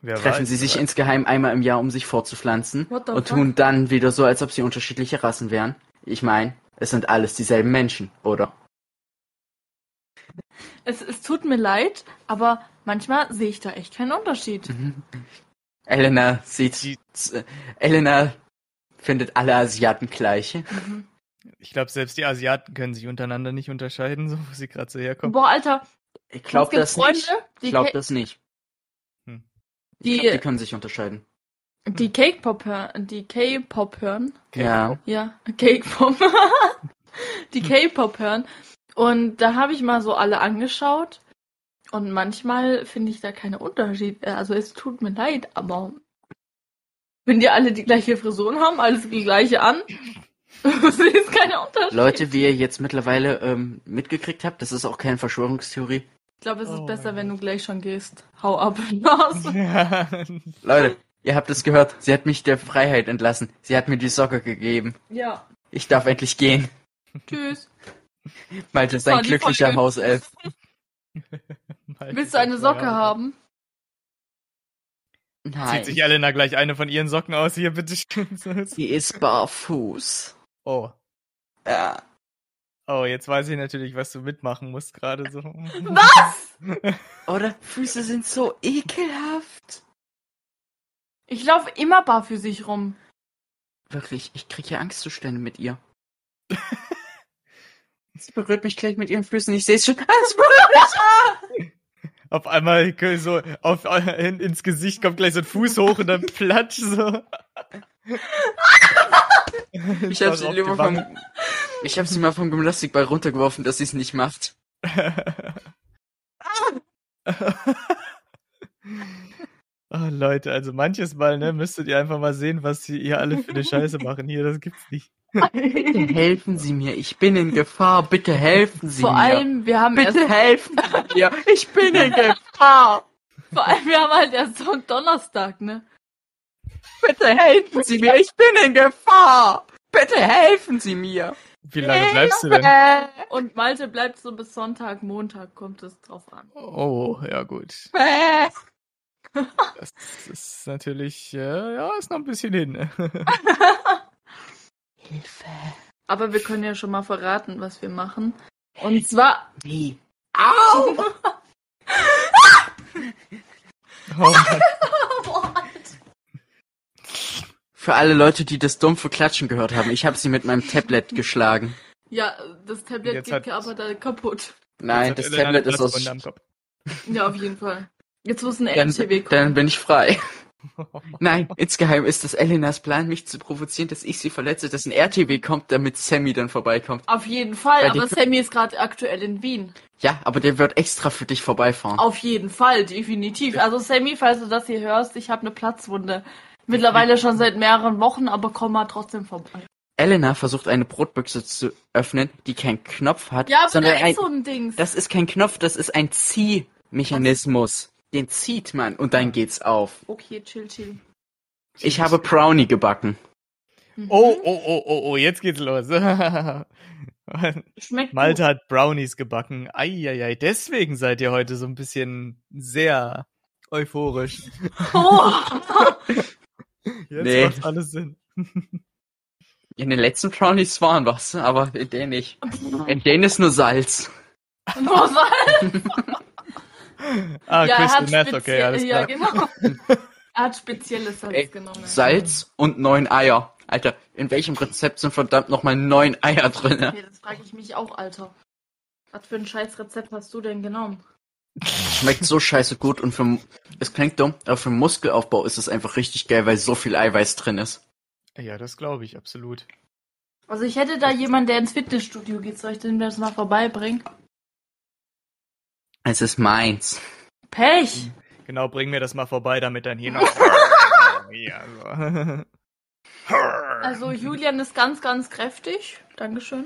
Speaker 3: Wer
Speaker 2: Treffen
Speaker 3: weiß,
Speaker 2: sie sich
Speaker 3: wer
Speaker 2: insgeheim einmal im Jahr, um sich vorzupflanzen
Speaker 1: What
Speaker 2: und
Speaker 1: the fuck?
Speaker 2: tun dann wieder so, als ob sie unterschiedliche Rassen wären. Ich meine, es sind alles dieselben Menschen, oder?
Speaker 1: Es, es tut mir leid, aber manchmal sehe ich da echt keinen Unterschied.
Speaker 2: Elena sieht,
Speaker 3: Sie-
Speaker 2: z- äh, Elena findet alle Asiaten gleich.
Speaker 3: weiß. Ich glaube, selbst die Asiaten können sich untereinander nicht unterscheiden, so wo sie gerade so herkommen.
Speaker 1: Boah, Alter,
Speaker 2: Ich glaube
Speaker 1: es gibt
Speaker 2: das
Speaker 1: Freunde,
Speaker 2: nicht. Ich
Speaker 1: die,
Speaker 2: glaube
Speaker 1: Ca-
Speaker 2: das nicht.
Speaker 3: Hm.
Speaker 2: Ich glaub,
Speaker 1: Die-
Speaker 2: die können sich unterscheiden.
Speaker 1: die Cake-Pop hören. Die K-Pop hören.
Speaker 2: Ja.
Speaker 1: Ja, K-Pop. die K-Pop hören. Und da habe ich mal so alle angeschaut. Und manchmal finde ich da keine Unterschiede. Also es tut mir leid, aber wenn die alle die gleiche Frisur haben, alles die gleiche an, sehe ich keine Unterschiede.
Speaker 2: Leute, wie ihr jetzt mittlerweile ähm, mitgekriegt habt, das ist auch keine Verschwörungstheorie.
Speaker 1: Ich glaube, es ist
Speaker 3: Oh
Speaker 1: besser,
Speaker 3: mein
Speaker 1: wenn du gleich schon gehst. Hau ab. Lars.
Speaker 3: Ja.
Speaker 2: Leute, ihr habt es gehört. Sie hat mich der Freiheit entlassen. Sie hat mir die Socke gegeben.
Speaker 1: ja,
Speaker 2: Ich darf endlich gehen.
Speaker 1: tschüss.
Speaker 2: Malte ist
Speaker 1: Das war
Speaker 2: ein
Speaker 1: Oh, die
Speaker 2: glücklicher
Speaker 1: Folge.
Speaker 2: Hauself.
Speaker 3: Malte
Speaker 1: Willst du eine
Speaker 3: sagt,
Speaker 1: Socke
Speaker 3: ja.
Speaker 1: haben?
Speaker 2: Nein.
Speaker 3: Zieht sich Elena gleich eine von ihren Socken aus, hier bitte.
Speaker 2: Sie ist barfuß.
Speaker 3: oh.
Speaker 2: Ja.
Speaker 3: Oh, jetzt weiß ich natürlich, was du mitmachen musst gerade so.
Speaker 1: Was?
Speaker 2: Oder? Füße sind so ekelhaft.
Speaker 1: Ich laufe immer barfüßig rum.
Speaker 2: Wirklich, ich kriege ja Angstzustände mit ihr. Sie berührt mich gleich mit ihren Füßen. Ich sehe es schon. Ah, es berührt
Speaker 3: Auf einmal so auf, in, ins Gesicht kommt gleich so ein Fuß hoch und dann platsch so.
Speaker 2: mich. Ich habe sie, lieber vom- ich hab sie mal vom Gymnastikball runtergeworfen, dass sie es nicht macht.
Speaker 3: Oh, Leute, also manches Mal, ne, müsstet ihr einfach mal sehen, was sie hier alle für eine Scheiße machen. Hier, das gibt's nicht.
Speaker 2: Bitte helfen Sie mir. Ich bin in Gefahr. Bitte helfen Sie
Speaker 1: Vor
Speaker 2: mir.
Speaker 1: allem, wir haben erst
Speaker 2: Bitte helfen Sie mir. Ich bin in Gefahr.
Speaker 1: Vor allem, wir haben halt erst so einen Donnerstag, ne?
Speaker 2: Bitte helfen Sie mir, ich bin in Gefahr. Bitte helfen Sie mir.
Speaker 3: Wie lange bleibst du denn?
Speaker 2: Hilfe,
Speaker 1: Und Malte bleibt so bis Sonntag, Montag kommt es drauf an.
Speaker 3: Oh, ja gut. Das ist natürlich, äh, ja, ist noch ein bisschen hin.
Speaker 2: Hilfe.
Speaker 1: Aber wir können ja schon mal verraten, was wir machen. Und zwar.
Speaker 2: Wie?
Speaker 1: Au!
Speaker 3: Oh,
Speaker 2: Für alle Leute, die das dumpfe Klatschen gehört haben, ich habe sie mit meinem Tablet geschlagen.
Speaker 1: ja, das Tablet
Speaker 3: Jetzt
Speaker 1: geht
Speaker 3: hat-
Speaker 1: aber da kaputt.
Speaker 2: Nein,
Speaker 3: Jetzt
Speaker 2: das
Speaker 3: hat Elena
Speaker 2: Tablet
Speaker 3: eine
Speaker 2: ist aus.
Speaker 3: Platzwunde am Kopf.
Speaker 1: Ja, auf jeden Fall. Jetzt muss ein
Speaker 2: Dann,
Speaker 1: RCW kommen.
Speaker 2: dann bin ich frei. Nein, insgeheim ist das Elenas Plan, mich zu provozieren, dass ich sie verletze, dass ein RTW kommt, damit Sammy dann vorbeikommt.
Speaker 1: Auf jeden Fall,
Speaker 2: Weil die
Speaker 1: aber
Speaker 2: Kü-
Speaker 1: Sammy ist gerade aktuell in Wien.
Speaker 2: Ja, aber der wird extra für dich vorbeifahren.
Speaker 1: Auf jeden Fall, definitiv. Also Sammy, falls du das hier hörst, ich habe eine Platzwunde. Mittlerweile schon seit mehreren Wochen, aber komm mal trotzdem vorbei.
Speaker 2: Elena versucht eine Brotbüchse zu öffnen, die keinen Knopf hat,
Speaker 1: Ja, aber
Speaker 2: sondern
Speaker 1: da
Speaker 2: ein,
Speaker 1: ist so ein Dings.
Speaker 2: das ist kein Knopf, das ist ein Ziehmechanismus. Den zieht man und dann geht's auf.
Speaker 1: Okay, chill, chill.
Speaker 2: Ich habe Brownie gebacken.
Speaker 1: Mhm.
Speaker 3: Oh, oh, oh, oh, oh, jetzt geht's los.
Speaker 1: Schmeckt
Speaker 3: Malte hat Brownies gebacken. Eieiei, deswegen seid ihr heute so ein bisschen sehr euphorisch.
Speaker 1: gut. Oh.
Speaker 3: Jetzt
Speaker 2: Nee.
Speaker 3: macht alles Sinn.
Speaker 2: In den letzten Brownies waren was, aber in denen nicht. In denen ist nur Salz.
Speaker 1: Nur Salz.
Speaker 3: Ah,
Speaker 1: ja, er
Speaker 3: Crystal
Speaker 1: hat
Speaker 3: Meth, okay,
Speaker 1: speziell-
Speaker 3: alles
Speaker 1: ja,
Speaker 3: klar.
Speaker 1: genau. Er hat spezielles Salz
Speaker 2: Ey,
Speaker 1: genommen.
Speaker 2: Salz und neun Eier. Alter, in welchem Rezept sind verdammt nochmal neun Eier drin?
Speaker 1: Okay, das frage ich mich auch, Alter. Was für ein scheiß Rezept hast du denn genommen?
Speaker 2: Schmeckt so scheiße gut und für, es klingt dumm, aber für Muskelaufbau ist es einfach richtig geil, weil so viel Eiweiß drin ist.
Speaker 3: Ja, das glaube ich, absolut.
Speaker 1: Also ich hätte da jemanden, der ins Fitnessstudio geht. Soll ich dem das mal vorbeibringen?
Speaker 2: Es ist meins.
Speaker 1: Pech!
Speaker 3: Genau, bring mir das mal vorbei, damit dein Hirn. ja, so.
Speaker 1: Also Julian ist ganz, ganz kräftig. Dankeschön.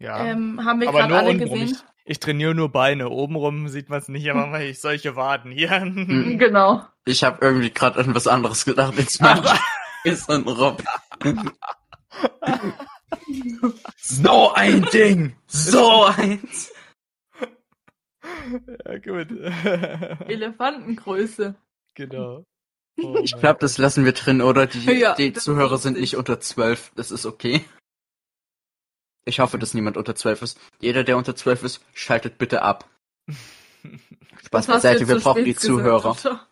Speaker 3: ja.
Speaker 1: Ähm, haben wir
Speaker 3: aber
Speaker 1: gerade
Speaker 3: nur
Speaker 1: alle
Speaker 3: untenrum.
Speaker 1: gesehen.
Speaker 3: Ich, ich trainiere nur Beine. Obenrum sieht man es nicht, aber mache ich solche Waden hier.
Speaker 1: Genau.
Speaker 2: Ich habe irgendwie gerade an was anderes gedacht. Jetzt mein ist ein Rob. so ein Ding! So eins!
Speaker 3: ja, gut.
Speaker 1: Elefantengröße.
Speaker 3: genau.
Speaker 2: Ich glaube, das lassen wir drin, oder? Die,
Speaker 1: Ja,
Speaker 2: die
Speaker 1: das
Speaker 2: Zuhörer
Speaker 1: ist
Speaker 2: sind nicht
Speaker 1: lustig.
Speaker 2: unter zwölf. Das ist okay. Ich hoffe, dass niemand unter zwölf ist. Jeder, der unter zwölf ist, schaltet bitte ab. Spaß
Speaker 1: hast du
Speaker 2: beiseite,
Speaker 1: jetzt
Speaker 2: wir
Speaker 1: so
Speaker 2: brauchen
Speaker 1: spät
Speaker 2: die
Speaker 1: gesagt,
Speaker 2: Zuhörer.
Speaker 1: Alter?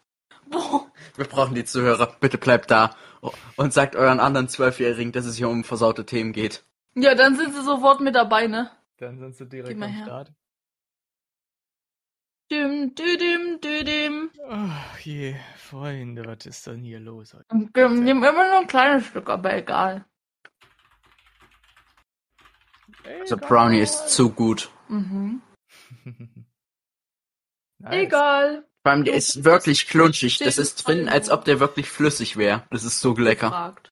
Speaker 1: Boah.
Speaker 2: Wir brauchen die Zuhörer. Bitte bleibt da. Und sagt euren anderen Zwölfjährigen, dass es hier um versaute Themen geht.
Speaker 1: Ja, dann sind sie sofort mit dabei, ne?
Speaker 3: Dann sind sie
Speaker 1: Gib
Speaker 3: direkt
Speaker 1: mal
Speaker 3: am
Speaker 1: her.
Speaker 3: Start.
Speaker 1: Dim, düdim, düdim.
Speaker 3: Ach je, Freunde, was ist denn hier los heute?
Speaker 1: Und wir nehmen immer nur ein kleines Stück, aber egal.
Speaker 2: Also Brownie ist zu gut.
Speaker 1: Mhm.
Speaker 3: nice.
Speaker 1: Egal.
Speaker 2: Vor allem, der ist wirklich klunschig. Das
Speaker 1: Stimmt,
Speaker 2: ist drin, als ob der wirklich flüssig wäre. Das ist so lecker.
Speaker 1: Gefragt.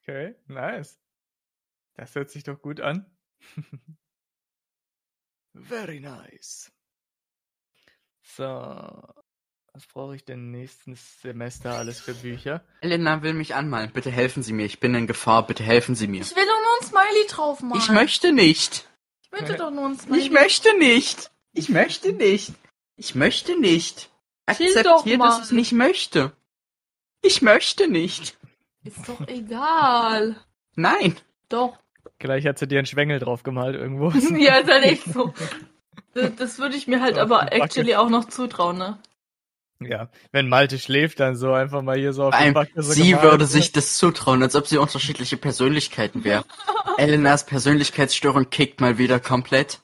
Speaker 3: Okay, nice. Das hört sich doch gut an. Very nice. So, was brauche ich denn nächstes Semester alles für Bücher?
Speaker 2: Elena will mich anmalen. Bitte helfen Sie mir. Ich bin in Gefahr. Bitte helfen Sie mir.
Speaker 1: Ich will doch nur ein Smiley drauf machen.
Speaker 2: Ich möchte nicht.
Speaker 1: Ich möchte doch nur ein Smiley.
Speaker 2: Ich möchte nicht. Ich möchte nicht. Ich möchte nicht.
Speaker 1: Chill doch
Speaker 2: Akzeptier,
Speaker 1: mal.
Speaker 2: dass ich nicht möchte. Ich möchte nicht.
Speaker 1: Ist doch egal.
Speaker 2: Nein.
Speaker 1: Doch.
Speaker 3: Gleich hat sie dir einen Schwengel drauf gemalt irgendwo.
Speaker 1: ja, ist halt echt so. Das, das würde ich mir halt
Speaker 3: So auf die
Speaker 1: aber
Speaker 3: Backe.
Speaker 1: actually auch noch zutrauen, ne?
Speaker 3: ja, wenn Malte schläft, dann so einfach mal hier so auf
Speaker 2: Vor
Speaker 3: die
Speaker 2: allem,
Speaker 3: Backe so
Speaker 2: sie
Speaker 3: gemalt,
Speaker 2: würde
Speaker 3: ne?
Speaker 2: sich das zutrauen, als ob sie unterschiedliche Persönlichkeiten wäre. Elenas Persönlichkeitsstörung kickt mal wieder komplett.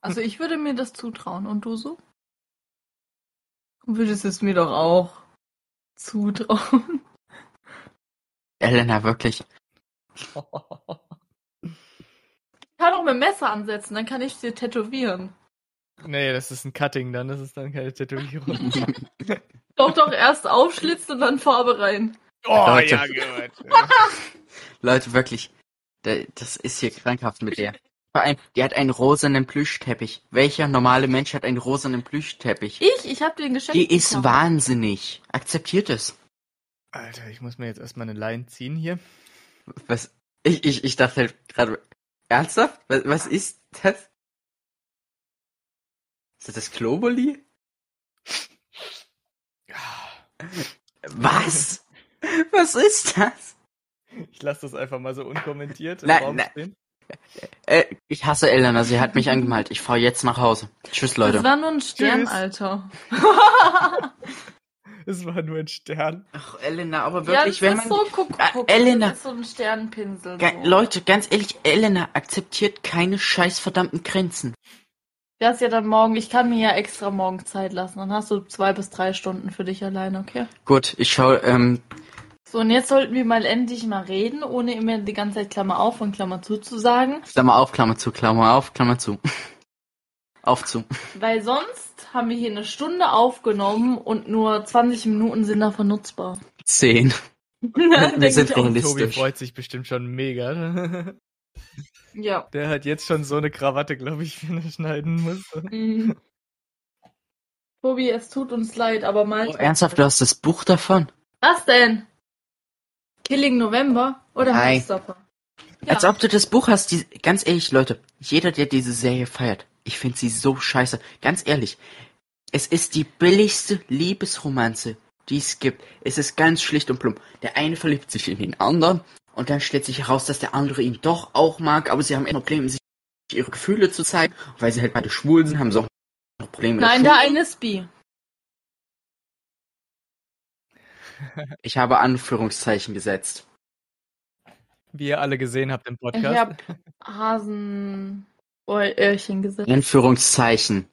Speaker 1: Also ich würde mir das zutrauen. Und du so? Würdest es mir doch auch zutrauen.
Speaker 2: Elena, wirklich.
Speaker 1: Ich kann auch mit dem Messer ansetzen, dann kann ich dir tätowieren.
Speaker 3: nee, das ist ein Cutting dann, das ist dann keine Tätowierung.
Speaker 1: Doch, doch, erst aufschlitzen und dann Farbe rein.
Speaker 3: oh,
Speaker 2: Leute.
Speaker 3: ja, gut.
Speaker 2: Leute, wirklich. Da- Das ist hier krankhaft mit der. Vor allem, die hat einen rosanen Plüschteppich. Welcher normale Mensch hat einen rosanen Plüschteppich?
Speaker 1: Ich, ich hab dir ein Geschenk
Speaker 2: Die ist
Speaker 1: gekauft.
Speaker 2: wahnsinnig. Akzeptiert es.
Speaker 3: Alter, ich muss mir jetzt erstmal eine Line ziehen hier.
Speaker 2: Was? Ich, ich, ich dachte halt gerade. Ernsthaft? Was, was ist das? Ist das das Globally? Was? Was ist das?
Speaker 3: Ich lasse das einfach mal so unkommentiert im
Speaker 2: Nein,
Speaker 3: Raum
Speaker 2: nein.
Speaker 3: stehen.
Speaker 2: Äh, ich hasse Elena, sie hat mich angemalt. Ich fahr jetzt nach Hause. Tschüss,
Speaker 1: Das
Speaker 2: Leute.
Speaker 1: war nur ein Stern,
Speaker 3: Tschüss.
Speaker 1: Alter.
Speaker 3: Es war nur ein Stern.
Speaker 2: Ach, Elena, aber
Speaker 1: ja,
Speaker 2: wirklich,
Speaker 1: das
Speaker 2: wenn
Speaker 1: ist
Speaker 2: man.
Speaker 1: so, guck,
Speaker 2: Ah,
Speaker 1: guck,
Speaker 2: Elena.
Speaker 1: Das ist so ein Sternpinsel.
Speaker 2: Ge
Speaker 1: so.
Speaker 2: Leute, ganz ehrlich, Elena akzeptiert keine scheiß verdammten Grenzen.
Speaker 1: Das ja dann morgen, ich kann mir ja extra morgen Zeit lassen. Dann hast du zwei bis drei Stunden für dich allein, okay?
Speaker 2: Gut, ich schau, ähm,
Speaker 1: So, und jetzt sollten wir mal endlich mal reden, ohne immer die ganze Zeit Klammer auf und Klammer zu zu sagen.
Speaker 2: Klammer auf, Klammer zu, Klammer auf, Klammer zu. auf zu.
Speaker 1: Weil sonst haben wir hier eine Stunde aufgenommen und nur 20 Minuten sind davon nutzbar.
Speaker 2: Zehn.
Speaker 1: Denk
Speaker 2: sind
Speaker 1: ich auch.
Speaker 2: realistisch.
Speaker 3: Tobi
Speaker 2: Listisch.
Speaker 3: freut sich bestimmt schon mega.
Speaker 1: Ja.
Speaker 3: Der hat jetzt schon so eine Krawatte, glaube ich, wenn er schneiden muss.
Speaker 1: Mhm. Tobi, es tut uns leid, aber mal.
Speaker 2: Oh, ernsthaft, du hast das Buch davon?
Speaker 1: Was denn? Killing November oder
Speaker 2: Nein.
Speaker 1: Heartstopper? Ja.
Speaker 2: Als ob du das Buch hast, die, ganz ehrlich, Leute, jeder, der diese Serie feiert, ich finde sie so scheiße. Ganz ehrlich, es ist die billigste Liebesromanze, die es gibt. Es ist ganz schlicht und plump. Der eine verliebt sich in den anderen und dann stellt sich heraus, dass der andere ihn doch auch mag, aber sie haben echt Probleme, sich ihre Gefühle zu zeigen, weil sie halt beide schwul sind, haben sie auch noch Probleme. mit der
Speaker 1: Nein,
Speaker 2: Schule.
Speaker 1: der eine ist bi.
Speaker 2: Ich habe Anführungszeichen gesetzt.
Speaker 3: Wie ihr alle gesehen habt im
Speaker 1: Ich
Speaker 3: Podcast.
Speaker 1: hab Hasenöhrchen gesagt.
Speaker 2: Anführungszeichen.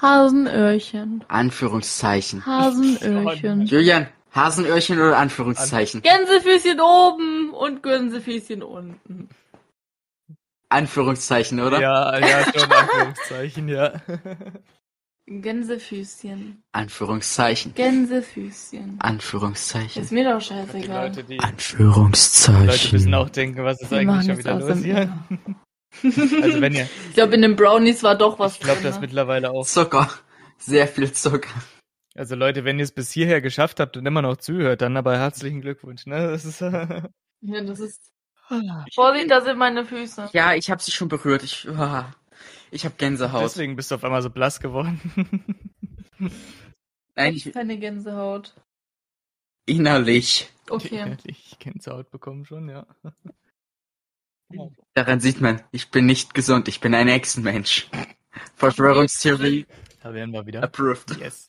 Speaker 1: Hasenöhrchen.
Speaker 2: Anführungszeichen.
Speaker 1: Hasenöhrchen.
Speaker 2: Julian, Hasenöhrchen oder Anführungszeichen?
Speaker 1: Gänsefüßchen oben und Gänsefüßchen unten.
Speaker 2: Anführungszeichen, oder?
Speaker 3: Ja, ja, schon Anführungszeichen, ja.
Speaker 1: Gänsefüßchen.
Speaker 2: Anführungszeichen.
Speaker 1: Gänsefüßchen.
Speaker 2: Anführungszeichen.
Speaker 1: Ist mir doch
Speaker 3: Die
Speaker 1: scheißegal.
Speaker 3: Leute, die, die Leute müssen
Speaker 2: Anführungszeichen.
Speaker 3: auch denken, was ist
Speaker 1: Wir
Speaker 3: eigentlich
Speaker 1: machen
Speaker 3: schon
Speaker 1: jetzt
Speaker 3: wieder
Speaker 1: aus
Speaker 3: los
Speaker 1: dem
Speaker 3: hier. Also wenn ihr,
Speaker 1: Ich glaube, in den Brownies war doch was
Speaker 3: ich glaube
Speaker 1: drin. ne?
Speaker 3: das mittlerweile auch.
Speaker 2: Zucker. Sehr viel Zucker.
Speaker 3: Also Leute, wenn ihr es bis hierher geschafft habt und immer noch zuhört, dann aber herzlichen Glückwunsch, ne? Das ist
Speaker 1: ne? ja, das ist.
Speaker 3: Ah.
Speaker 1: Vorsicht, da sind meine Füße.
Speaker 2: Ja, ich habe sie schon berührt. Ich, ah, ich habe Gänsehaut.
Speaker 3: Deswegen bist du auf einmal so blass geworden.
Speaker 2: Nein, ich,
Speaker 1: Keine Gänsehaut.
Speaker 2: innerlich.
Speaker 1: Okay.
Speaker 3: Ich kenn's Haut bekommen schon, ja.
Speaker 2: Daran sieht man, ich bin nicht gesund. Ich bin ein Echsenmensch. Verschwörungstheorie
Speaker 3: Da wären wir wieder.
Speaker 2: approved.
Speaker 3: Yes.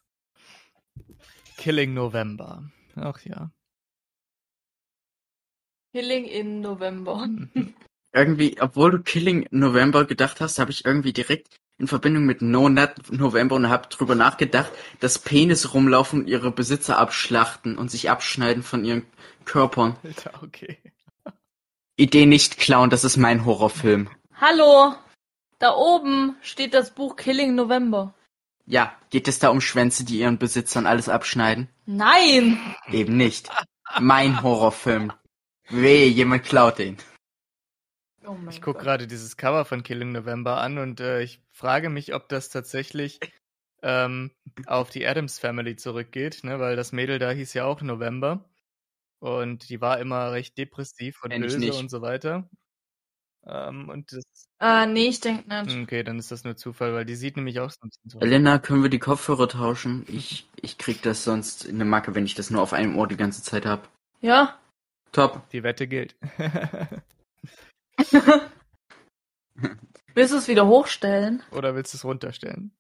Speaker 3: Killing November. Ach ja.
Speaker 1: Killing in November.
Speaker 2: Irgendwie, obwohl du Killing November gedacht hast, habe ich irgendwie direkt in Verbindung mit No Nut November und habe drüber nachgedacht, dass Penis rumlaufen und ihre Besitzer abschlachten und sich abschneiden von ihren Körpern.
Speaker 3: Alter, okay.
Speaker 2: Idee nicht klauen, das ist mein Horrorfilm.
Speaker 1: Hallo! Da oben steht das Buch Killing November.
Speaker 2: Ja, geht es da um Schwänze, die ihren Besitzern alles abschneiden?
Speaker 1: Nein!
Speaker 2: Eben nicht. Mein Horrorfilm. Weh, jemand klaut den.
Speaker 1: Oh mein
Speaker 3: Ich guck
Speaker 1: Gott.
Speaker 3: gerade dieses Cover von Killing November an und äh, ich frage mich, ob das tatsächlich ähm, auf die Adams Family zurückgeht, ne? weil das Mädel da hieß ja auch November und die war immer recht depressiv und
Speaker 2: Kenn ich
Speaker 3: böse
Speaker 2: nicht.
Speaker 3: und so weiter. Ähm, und das, Hm,
Speaker 1: Äh, nee, ich denk nicht.
Speaker 3: okay, dann ist das nur Zufall, weil die sieht nämlich auch so ein bisschen so.
Speaker 2: Elena, können wir die Kopfhörer tauschen? Ich, ich krieg das sonst in eine Macke, wenn ich das nur auf einem Ohr die ganze Zeit hab.
Speaker 1: Ja?
Speaker 2: Top.
Speaker 3: Die Wette gilt.
Speaker 1: Willst du es wieder hochstellen?
Speaker 3: Oder willst du es runterstellen?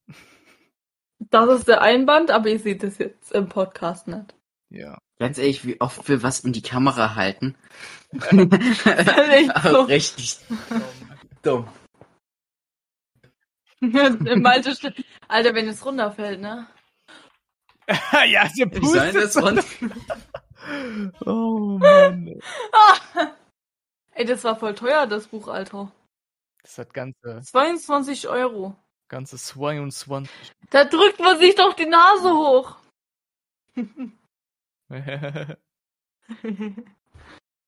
Speaker 1: Das ist der Einband, aber ihr seht es jetzt im Podcast nicht.
Speaker 3: Ja.
Speaker 2: Ganz ehrlich, wie oft wir was in die Kamera halten.
Speaker 1: echt so.
Speaker 2: Aber Richtig
Speaker 1: Oh
Speaker 2: dumm.
Speaker 1: Malte steht- Alter, wenn es runterfällt, ne?
Speaker 3: ja, sie
Speaker 2: Wie soll
Speaker 3: pustet.
Speaker 2: das von?
Speaker 3: Oh Mann.
Speaker 1: Ey, das war voll teuer, das Buch, Alter.
Speaker 3: Das hat ganze,
Speaker 1: 22 Euro.
Speaker 3: ganze 22.
Speaker 1: Da drückt man sich doch die Nase hoch.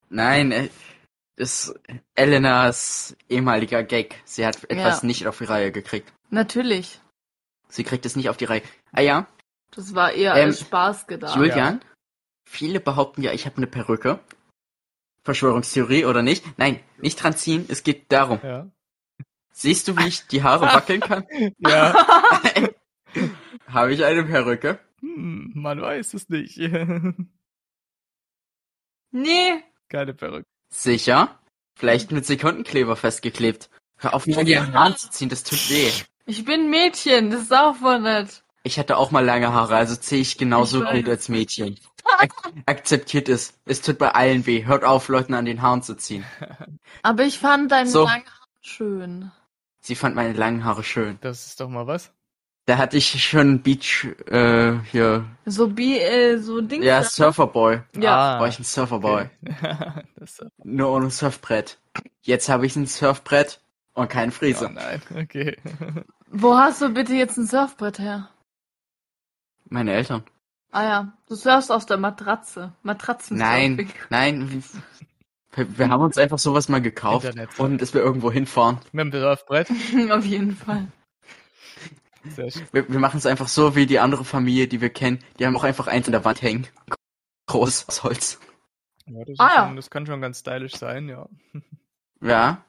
Speaker 2: Nein, äh, das ist Elenas ehemaliger Gag. Sie hat etwas nicht auf die Reihe gekriegt.
Speaker 1: Natürlich.
Speaker 2: Sie kriegt es nicht auf die Reihe. Ah ja,
Speaker 1: Das war eher
Speaker 2: Ähm,
Speaker 1: als Spaß gedacht.
Speaker 2: Julian, viele behaupten ja, ich habe eine Perücke. Verschwörungstheorie oder nicht? Nein, nicht dran ziehen, es geht darum.
Speaker 3: ja.
Speaker 2: Siehst du, wie ich die Haare wackeln kann?
Speaker 3: Ja.
Speaker 2: Habe ich eine Perücke?
Speaker 3: Hm, man weiß es nicht.
Speaker 1: Nee.
Speaker 3: Keine Perücke.
Speaker 2: Sicher? Vielleicht
Speaker 1: Mhm.
Speaker 2: mit Sekundenkleber festgeklebt. Hör auf, mir an die Haaren zu ziehen, das tut weh.
Speaker 1: Ich bin Mädchen, das darf man nicht.
Speaker 2: Ich hatte auch mal lange Haare, also zähle ich genauso
Speaker 1: Ich weiß.
Speaker 2: gut als Mädchen. Ak akzeptiert es. Es tut bei allen weh. Hört auf, Leuten an den Haaren zu ziehen.
Speaker 1: Aber ich fand deine
Speaker 2: So.
Speaker 1: langen Haare schön.
Speaker 2: Sie fand meine langen Haare schön.
Speaker 3: Das ist doch mal was.
Speaker 2: Da hatte ich schon Beach, äh, hier.
Speaker 1: So bi, äh, so Dings.
Speaker 2: Ja, Surferboy.
Speaker 1: Ja.
Speaker 2: War ich ein Surferboy.
Speaker 3: Ah, okay. das ist
Speaker 2: Nur ohne Surfbrett. Jetzt habe ich ein Surfbrett und keinen
Speaker 3: oh,
Speaker 2: Friese.
Speaker 3: nein, okay.
Speaker 1: Wo hast du bitte jetzt ein Surfbrett her?
Speaker 2: Meine Eltern.
Speaker 1: Ah ja, du surfst auf der Matratze. Matratzen.
Speaker 2: Nein, nein. Wir, wir haben uns einfach sowas mal gekauft
Speaker 3: Internet.
Speaker 2: und dass wir irgendwo hinfahren.
Speaker 3: Mit dem Surfbrett.
Speaker 1: auf jeden Fall.
Speaker 3: Sehr schön.
Speaker 2: Wir, wir machen es einfach so wie die andere Familie, die wir kennen. Die haben auch einfach eins an der Wand hängen. Groß aus Holz.
Speaker 3: Ja, das, ist
Speaker 1: Ah, ja.
Speaker 3: schon, das kann schon ganz stylisch sein, ja.
Speaker 2: Ja,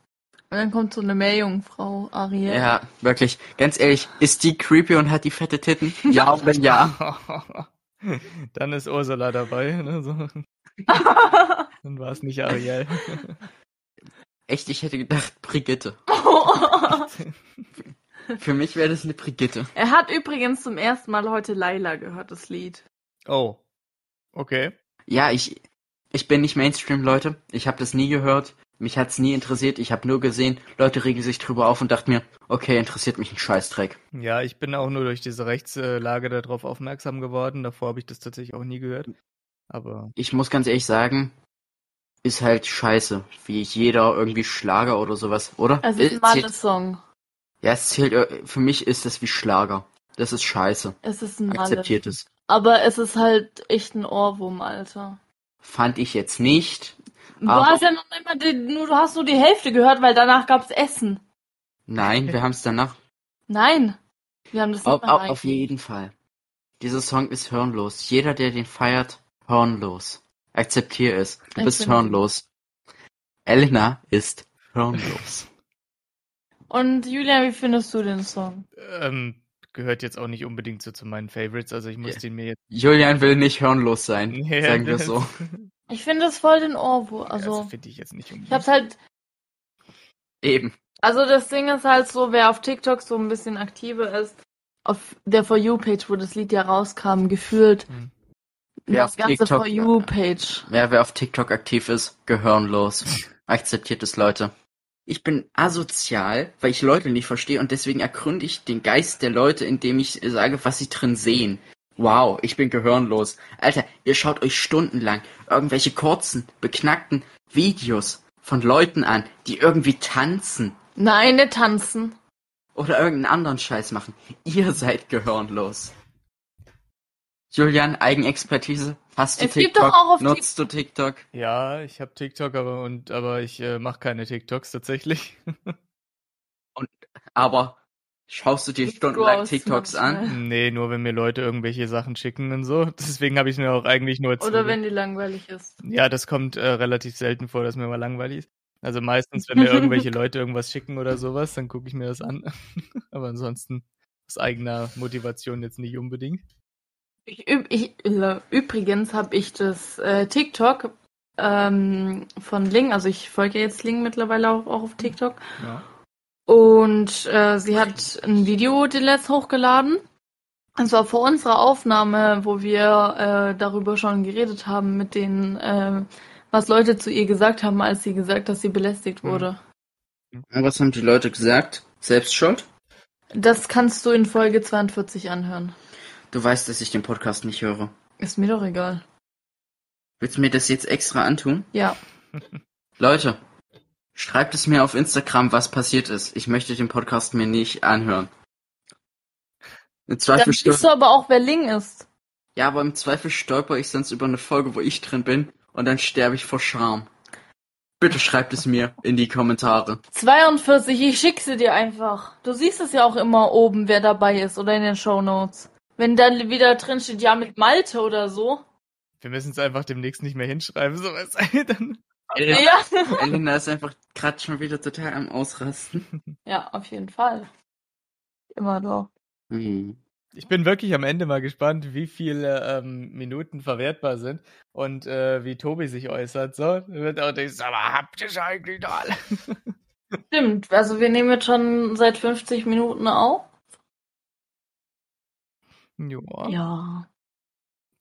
Speaker 1: Und dann kommt so eine Meerjungfrau, Ariel.
Speaker 2: ja, wirklich. Ganz ehrlich, ist die creepy und hat die fette Titten? Ja, und wenn ja.
Speaker 3: Dann ist Ursula dabei, ne? So. Dann war es nicht Ariel.
Speaker 2: Echt, ich hätte gedacht, Brigitte. Für mich wäre das eine Brigitte.
Speaker 1: er hat übrigens zum ersten Mal heute Laila gehört, das Lied.
Speaker 3: Oh. Okay.
Speaker 2: Ja, ich, ich bin nicht Mainstream, Leute. Ich habe das nie gehört. Mich hat's nie interessiert. Ich habe nur gesehen, Leute regen sich drüber auf und dachte mir, okay, interessiert mich ein Scheißdreck.
Speaker 3: Ja, ich bin auch nur durch diese Rechtslage darauf aufmerksam geworden. Davor habe ich das tatsächlich auch nie gehört. Aber
Speaker 2: Ich muss ganz ehrlich sagen, ist halt scheiße. Wie jeder irgendwie Schlager oder sowas, oder? Äh,
Speaker 1: Es ist ein
Speaker 2: zählt,
Speaker 1: Malle-Song.
Speaker 2: ja, es zählt, äh, für mich ist das wie Schlager. Das ist scheiße.
Speaker 1: Es ist ein Malle.
Speaker 2: Akzeptiert es.
Speaker 1: Aber es ist halt echt ein Ohrwurm, Alter.
Speaker 2: Fand ich jetzt nicht.
Speaker 1: Du
Speaker 2: Aber-
Speaker 1: hast ja noch nicht mal die, nur, du hast nur die Hälfte gehört, weil danach gab's Essen.
Speaker 2: Nein, wir haben es danach.
Speaker 1: Nein. Wir haben das nicht
Speaker 2: Auf,
Speaker 1: mal
Speaker 2: auf,
Speaker 1: rein-
Speaker 2: auf jeden Fall. Dieser Song ist hirnlos. Jeder, der den feiert, hirnlos. Akzeptier es. Du bist
Speaker 1: Akzeptier.
Speaker 2: hirnlos. Elena ist hirnlos.
Speaker 1: Und Julian, wie findest du den Song?
Speaker 3: ähm, gehört jetzt auch nicht unbedingt so zu meinen Favorites. Also ich muss
Speaker 2: Ja.
Speaker 3: den mir jetzt.
Speaker 2: Julian will nicht hirnlos sein, sagen wir so.
Speaker 1: Ich finde das voll den Ohrwurm.
Speaker 3: Also,
Speaker 1: Also,
Speaker 3: finde ich jetzt nicht
Speaker 1: ich
Speaker 3: unbedingt.
Speaker 1: hab's halt.
Speaker 2: Eben.
Speaker 1: Also, das Ding ist halt so, wer auf TikTok so ein bisschen aktiver ist, auf der For You-Page, wo das Lied ja rauskam, gefühlt.
Speaker 3: Hm.
Speaker 2: Wer
Speaker 1: das
Speaker 2: auf
Speaker 1: ganze
Speaker 2: TikTok-
Speaker 1: For You-Page.
Speaker 2: Wer, wer auf TikTok aktiv ist, gehirnlos. Akzeptiert es, Leute. Ich bin asozial, weil ich Leute nicht verstehe und deswegen ergründe ich den Geist der Leute, indem ich sage, was sie drin sehen. Wow, ich bin gehirnlos. Alter, ihr schaut euch stundenlang irgendwelche kurzen, beknackten Videos von Leuten an, die irgendwie tanzen
Speaker 1: Nein, nicht tanzen.
Speaker 2: oder irgendeinen anderen Scheiß machen. Ihr seid gehirnlos. Julian, Eigenexpertise. Hast du
Speaker 1: Es gibt
Speaker 2: TikTok?
Speaker 1: doch auch auf
Speaker 2: Nutzt du TikTok?
Speaker 3: Ja, ich habe TikTok, aber und aber ich äh, mache keine TikToks tatsächlich.
Speaker 2: aber schaust du dir
Speaker 1: Sieht
Speaker 2: stundenlang
Speaker 1: gross,
Speaker 2: TikToks an?
Speaker 1: manchmal.
Speaker 3: Hm, nee, nur wenn mir Leute irgendwelche Sachen schicken und so. Deswegen habe ich mir auch eigentlich nur
Speaker 1: Oder wenn die langweilig ist.
Speaker 3: Ja, das kommt äh, relativ selten vor, dass mir mal langweilig ist. Also meistens, wenn mir irgendwelche Leute irgendwas schicken oder sowas, dann gucke ich mir das an. Aber ansonsten aus eigener Motivation jetzt nicht unbedingt.
Speaker 1: Ich, üb- ich, äh, übrigens habe ich das äh, TikTok ähm, von Ling, also ich folge jetzt Ling mittlerweile auch, auch auf TikTok.
Speaker 3: Ja.
Speaker 1: Und äh, sie hat ein Video letzt hochgeladen. Und zwar vor unserer Aufnahme, wo wir äh, darüber schon geredet haben, mit den, äh, was Leute zu ihr gesagt haben, als sie gesagt, dass sie belästigt
Speaker 3: Mhm.
Speaker 1: wurde.
Speaker 2: Was haben die Leute gesagt? Selbst schuld?
Speaker 1: Das kannst du in Folge 42 anhören.
Speaker 2: Du weißt, dass ich den Podcast nicht höre.
Speaker 1: Ist mir doch egal.
Speaker 2: Willst du mir das jetzt extra antun?
Speaker 1: Ja.
Speaker 2: Leute, schreibt es mir auf Instagram, was passiert ist. Ich möchte den Podcast mir nicht anhören. Im
Speaker 1: Dann
Speaker 2: Zweifel
Speaker 1: siehst
Speaker 2: stolper,
Speaker 1: du aber auch, wer Ling ist.
Speaker 2: ja, aber im Zweifel stolper ich sonst über eine Folge, wo ich drin bin, und dann sterbe ich vor Scham. Bitte schreibt es mir in die Kommentare.
Speaker 1: 42, ich schick sie dir einfach. Du siehst es ja auch immer oben, wer dabei ist oder in den Shownotes. Wenn dann wieder drin steht, ja, mit Malte oder so.
Speaker 3: Wir müssen es einfach demnächst nicht mehr hinschreiben, sowas. Dann,
Speaker 1: Ja.
Speaker 2: Elena ist einfach gerade schon wieder total am Ausrasten.
Speaker 1: Ja, auf jeden Fall. Immer doch.
Speaker 2: Hm.
Speaker 3: ich bin wirklich am Ende mal gespannt, wie viele ähm, Minuten verwertbar sind und äh, wie Tobi sich äußert. So, Dann wird auch denken, aber habt ihr eigentlich noch alle?
Speaker 1: Stimmt, also wir nehmen jetzt schon seit 50 Minuten auf.
Speaker 3: Joa.
Speaker 1: Ja.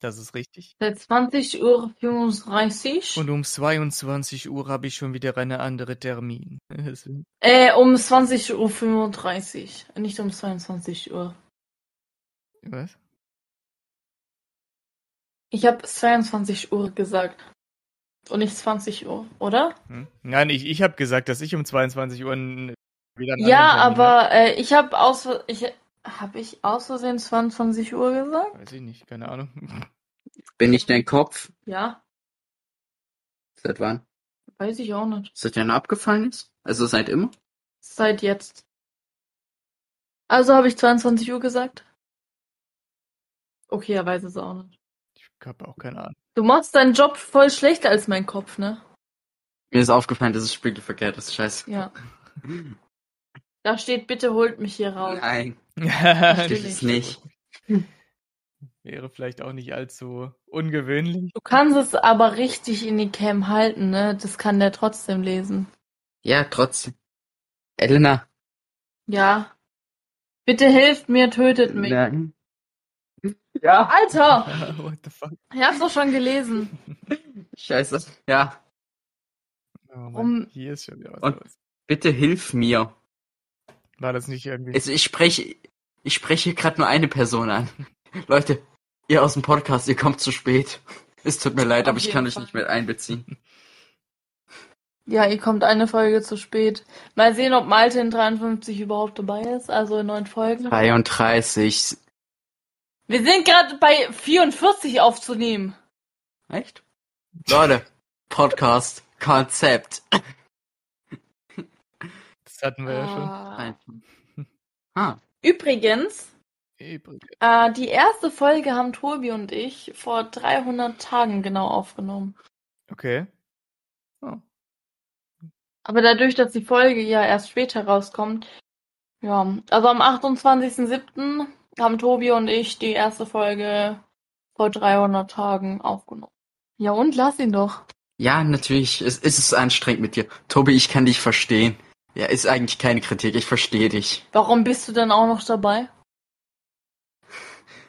Speaker 3: Das ist richtig.
Speaker 1: Seit 20 Uhr 35.
Speaker 3: Und um 22 Uhr habe ich schon wieder eine andere Termin. Deswegen-
Speaker 1: Äh, um 20 Uhr 35. Nicht um 22 Uhr.
Speaker 3: Was?
Speaker 1: Ich habe 22 Uhr gesagt. Und nicht 20 Uhr, oder?
Speaker 3: Hm? Nein, ich, ich habe gesagt, dass ich um 22 Uhr n- wieder einen
Speaker 1: ja,
Speaker 3: anderen Termin
Speaker 1: aber äh, ich habe aus ich habe ich aus Versehen 22 Uhr gesagt?
Speaker 3: hab. Weiß ich nicht, keine Ahnung.
Speaker 2: Bin ich dein Kopf?
Speaker 1: Ja,
Speaker 2: Seit wann?
Speaker 1: weiß ich auch nicht.
Speaker 2: Seit deiner abgefallen ist? Also seit immer?
Speaker 1: Seit jetzt. Also habe ich 22 Uhr gesagt? Okay, er weiß es auch nicht.
Speaker 3: Ich habe auch keine Ahnung.
Speaker 1: Du machst deinen Job voll schlechter als mein Kopf, ne?
Speaker 2: Mir ist aufgefallen, dass es spiegelverkehrt ist. Scheiße.
Speaker 1: Ja. Da steht, bitte holt mich hier raus.
Speaker 2: Nein,
Speaker 1: Natürlich.
Speaker 2: steht es nicht.
Speaker 3: Wäre vielleicht auch nicht allzu ungewöhnlich.
Speaker 1: Du kannst es aber richtig in die Cam halten, ne? Das kann der trotzdem lesen.
Speaker 2: Ja, trotzdem. Elena.
Speaker 1: Ja. Bitte hilft mir, tötet mich.
Speaker 2: Nein. Ja.
Speaker 1: Alter!
Speaker 3: What the fuck?
Speaker 1: Ich hab's doch schon gelesen.
Speaker 2: Scheiße. Ja.
Speaker 3: Oh Mann,
Speaker 1: Um-
Speaker 3: hier ist schon wieder was
Speaker 2: Und-
Speaker 3: los.
Speaker 2: Bitte hilf mir.
Speaker 3: War das nicht irgendwie.
Speaker 2: Also ich spreche, ich spreche gerade nur eine Person an. Leute, ihr aus dem Podcast, ihr kommt zu spät. Es tut mir leid,
Speaker 1: Auf
Speaker 2: aber ich
Speaker 1: jeden
Speaker 2: kann euch
Speaker 1: Fall.
Speaker 2: nicht mit einbeziehen.
Speaker 1: Ja, ihr kommt eine Folge zu spät. Mal sehen, ob Malte in 53 überhaupt dabei ist, also in neun Folgen.
Speaker 2: 33.
Speaker 1: Wir sind gerade bei 44 aufzunehmen.
Speaker 2: Echt? Leute, Podcast, Konzept.
Speaker 3: Das hatten wir ja schon.
Speaker 1: Ah.
Speaker 2: Nein. Ah,
Speaker 1: Übrigens,
Speaker 3: Übrigens.
Speaker 1: äh, die erste Folge haben Tobi und ich vor 300 Tagen genau aufgenommen.
Speaker 3: Okay.
Speaker 1: Aber dadurch, dass die Folge ja erst später rauskommt, ja, also am 28.07. haben Tobi und ich die erste Folge vor 300 Tagen aufgenommen. Ja, und lass ihn doch.
Speaker 2: ja, natürlich. Es, es ist anstrengend mit dir. Tobi, ich kann dich verstehen. Ja, ist eigentlich keine Kritik. Ich verstehe dich.
Speaker 1: Warum bist du dann auch noch dabei?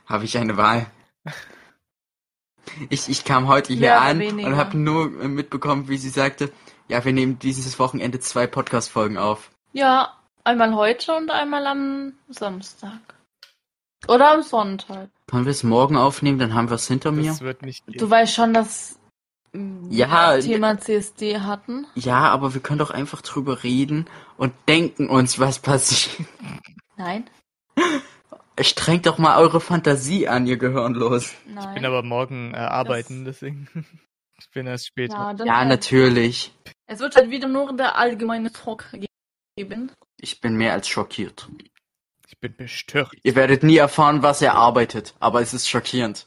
Speaker 2: Habe ich eine Wahl? Ich, ich kam heute hier
Speaker 1: Mehr oder
Speaker 2: an
Speaker 1: weniger.
Speaker 2: und habe nur äh, mitbekommen, wie sie sagte, ja, wir nehmen dieses Wochenende zwei Podcast-Folgen auf.
Speaker 1: Ja, einmal heute und einmal am Samstag. Oder am Sonntag.
Speaker 2: Können wir es morgen aufnehmen, dann haben wir es hinter mir.
Speaker 3: Das wird nicht gehen.
Speaker 1: Du weißt schon, dass mm,
Speaker 2: Ja,
Speaker 1: das Thema CSD hatten.
Speaker 2: Ja, aber wir können doch einfach drüber reden und denken uns, was passiert.
Speaker 1: Nein,
Speaker 2: Strengt doch mal eure Fantasie an, ihr Gehirn los.
Speaker 1: nein.
Speaker 3: Ich bin aber morgen äh, arbeiten, deswegen. ich bin erst später.
Speaker 1: ja, das
Speaker 2: Ja,
Speaker 1: halt,
Speaker 2: natürlich.
Speaker 1: es wird halt wieder nur der allgemeine Talk geben.
Speaker 2: Ich bin mehr als schockiert.
Speaker 3: Ich bin bestört.
Speaker 2: Ihr werdet nie erfahren, was er arbeitet, aber es ist schockierend.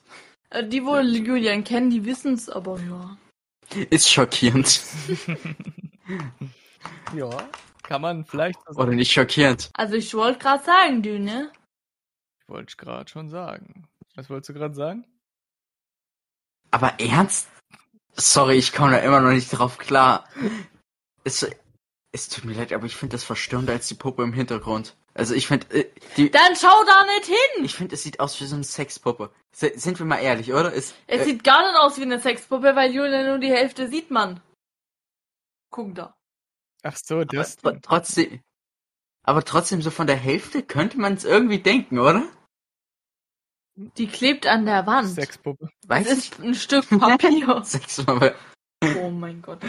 Speaker 1: Äh, Die wohl Julian kennen, die wissen's, aber ja.
Speaker 2: Ist schockierend.
Speaker 3: ja, kann man vielleicht.
Speaker 2: Oder nicht schockierend.
Speaker 1: Also ich wollte gerade sagen, du, ne?
Speaker 3: Wollte ich gerade schon sagen. Was wolltest du gerade sagen?
Speaker 2: Aber ernst? Sorry, ich komme da immer noch nicht drauf klar. Es, es tut mir leid, aber ich finde das verstörender als die Puppe im Hintergrund. Also ich finde, äh, die,
Speaker 1: Dann schau da nicht hin!
Speaker 2: ich finde, es sieht aus wie so eine Sexpuppe. Se, sind wir mal ehrlich, oder? Es,
Speaker 1: Es
Speaker 2: äh,
Speaker 1: sieht gar nicht aus wie eine Sexpuppe, weil Julian nur die Hälfte sieht man. Guck da.
Speaker 3: Ach so, das.
Speaker 2: tr trotzdem, aber trotzdem so von der Hälfte könnte man es irgendwie denken, oder?
Speaker 1: Die klebt an der Wand.
Speaker 3: Sexpuppe.
Speaker 1: Das
Speaker 2: Weiß ich.
Speaker 1: ist ein Stück Papier.
Speaker 2: Sexpuppe.
Speaker 1: oh mein Gott.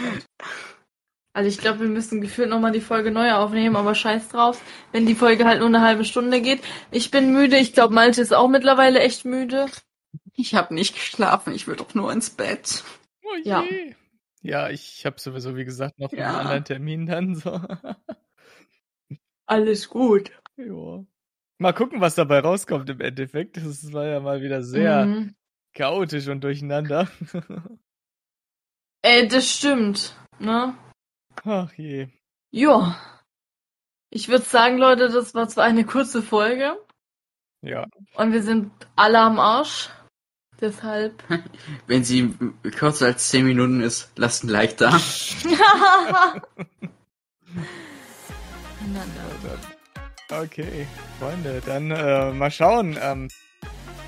Speaker 1: Also ich glaube, wir müssen gefühlt nochmal die Folge neu aufnehmen, aber scheiß drauf, wenn die Folge halt nur eine halbe Stunde geht. Ich bin müde, ich glaube, Malte ist auch mittlerweile echt müde.
Speaker 2: Ich habe nicht geschlafen, ich will doch nur ins Bett.
Speaker 3: Oh je.
Speaker 1: Ja.
Speaker 3: Ja, ich habe sowieso, wie gesagt, noch einen
Speaker 2: Ja.
Speaker 3: anderen Termin dann so.
Speaker 1: Alles gut.
Speaker 3: ja. Mal gucken, was dabei rauskommt im Endeffekt. Das war ja mal wieder sehr
Speaker 1: Mhm.
Speaker 3: chaotisch und durcheinander.
Speaker 1: Äh, das stimmt, ne?
Speaker 3: Ach je.
Speaker 1: Ja. Ich würde sagen, Leute, das war zwar eine kurze Folge
Speaker 3: Ja.
Speaker 1: und wir sind alle am Arsch. Deshalb.
Speaker 2: Wenn sie äh, kürzer als 10 Minuten ist, lasst ein Like da.
Speaker 1: Na, na.
Speaker 3: Okay, Freunde, dann äh, mal schauen. Ähm,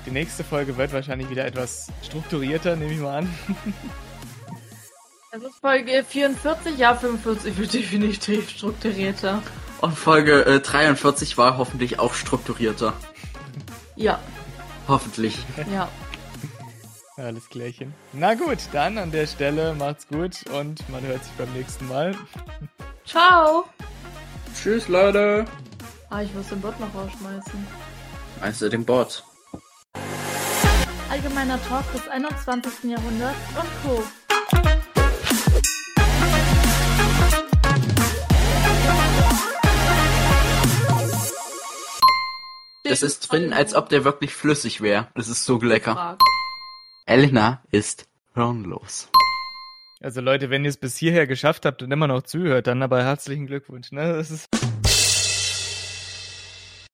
Speaker 3: Die nächste Folge wird wahrscheinlich wieder etwas strukturierter, nehme ich mal an.
Speaker 1: Das ist Folge 44, ja 45 wird definitiv strukturierter.
Speaker 2: Und Folge äh, 43 war hoffentlich auch strukturierter.
Speaker 1: Ja,
Speaker 2: Hoffentlich.
Speaker 1: ja.
Speaker 3: Alles klärchen. Na gut, dann an der Stelle macht's gut und man hört sich beim nächsten Mal.
Speaker 1: Ciao!
Speaker 2: Tschüss, Leute.
Speaker 1: Ah, ich muss den Bot noch rausschmeißen.
Speaker 2: Also den Bord.
Speaker 1: Allgemeiner Talk des 21. Jahrhunderts und Co.
Speaker 2: Das ist drin, als ob der wirklich flüssig wäre. Das ist so
Speaker 1: Ah.
Speaker 2: lecker. Elena ist hirnlos.
Speaker 3: Also Leute, wenn ihr es bis hierher geschafft habt und immer noch zuhört, dann aber herzlichen Glückwunsch. Ne? Das ist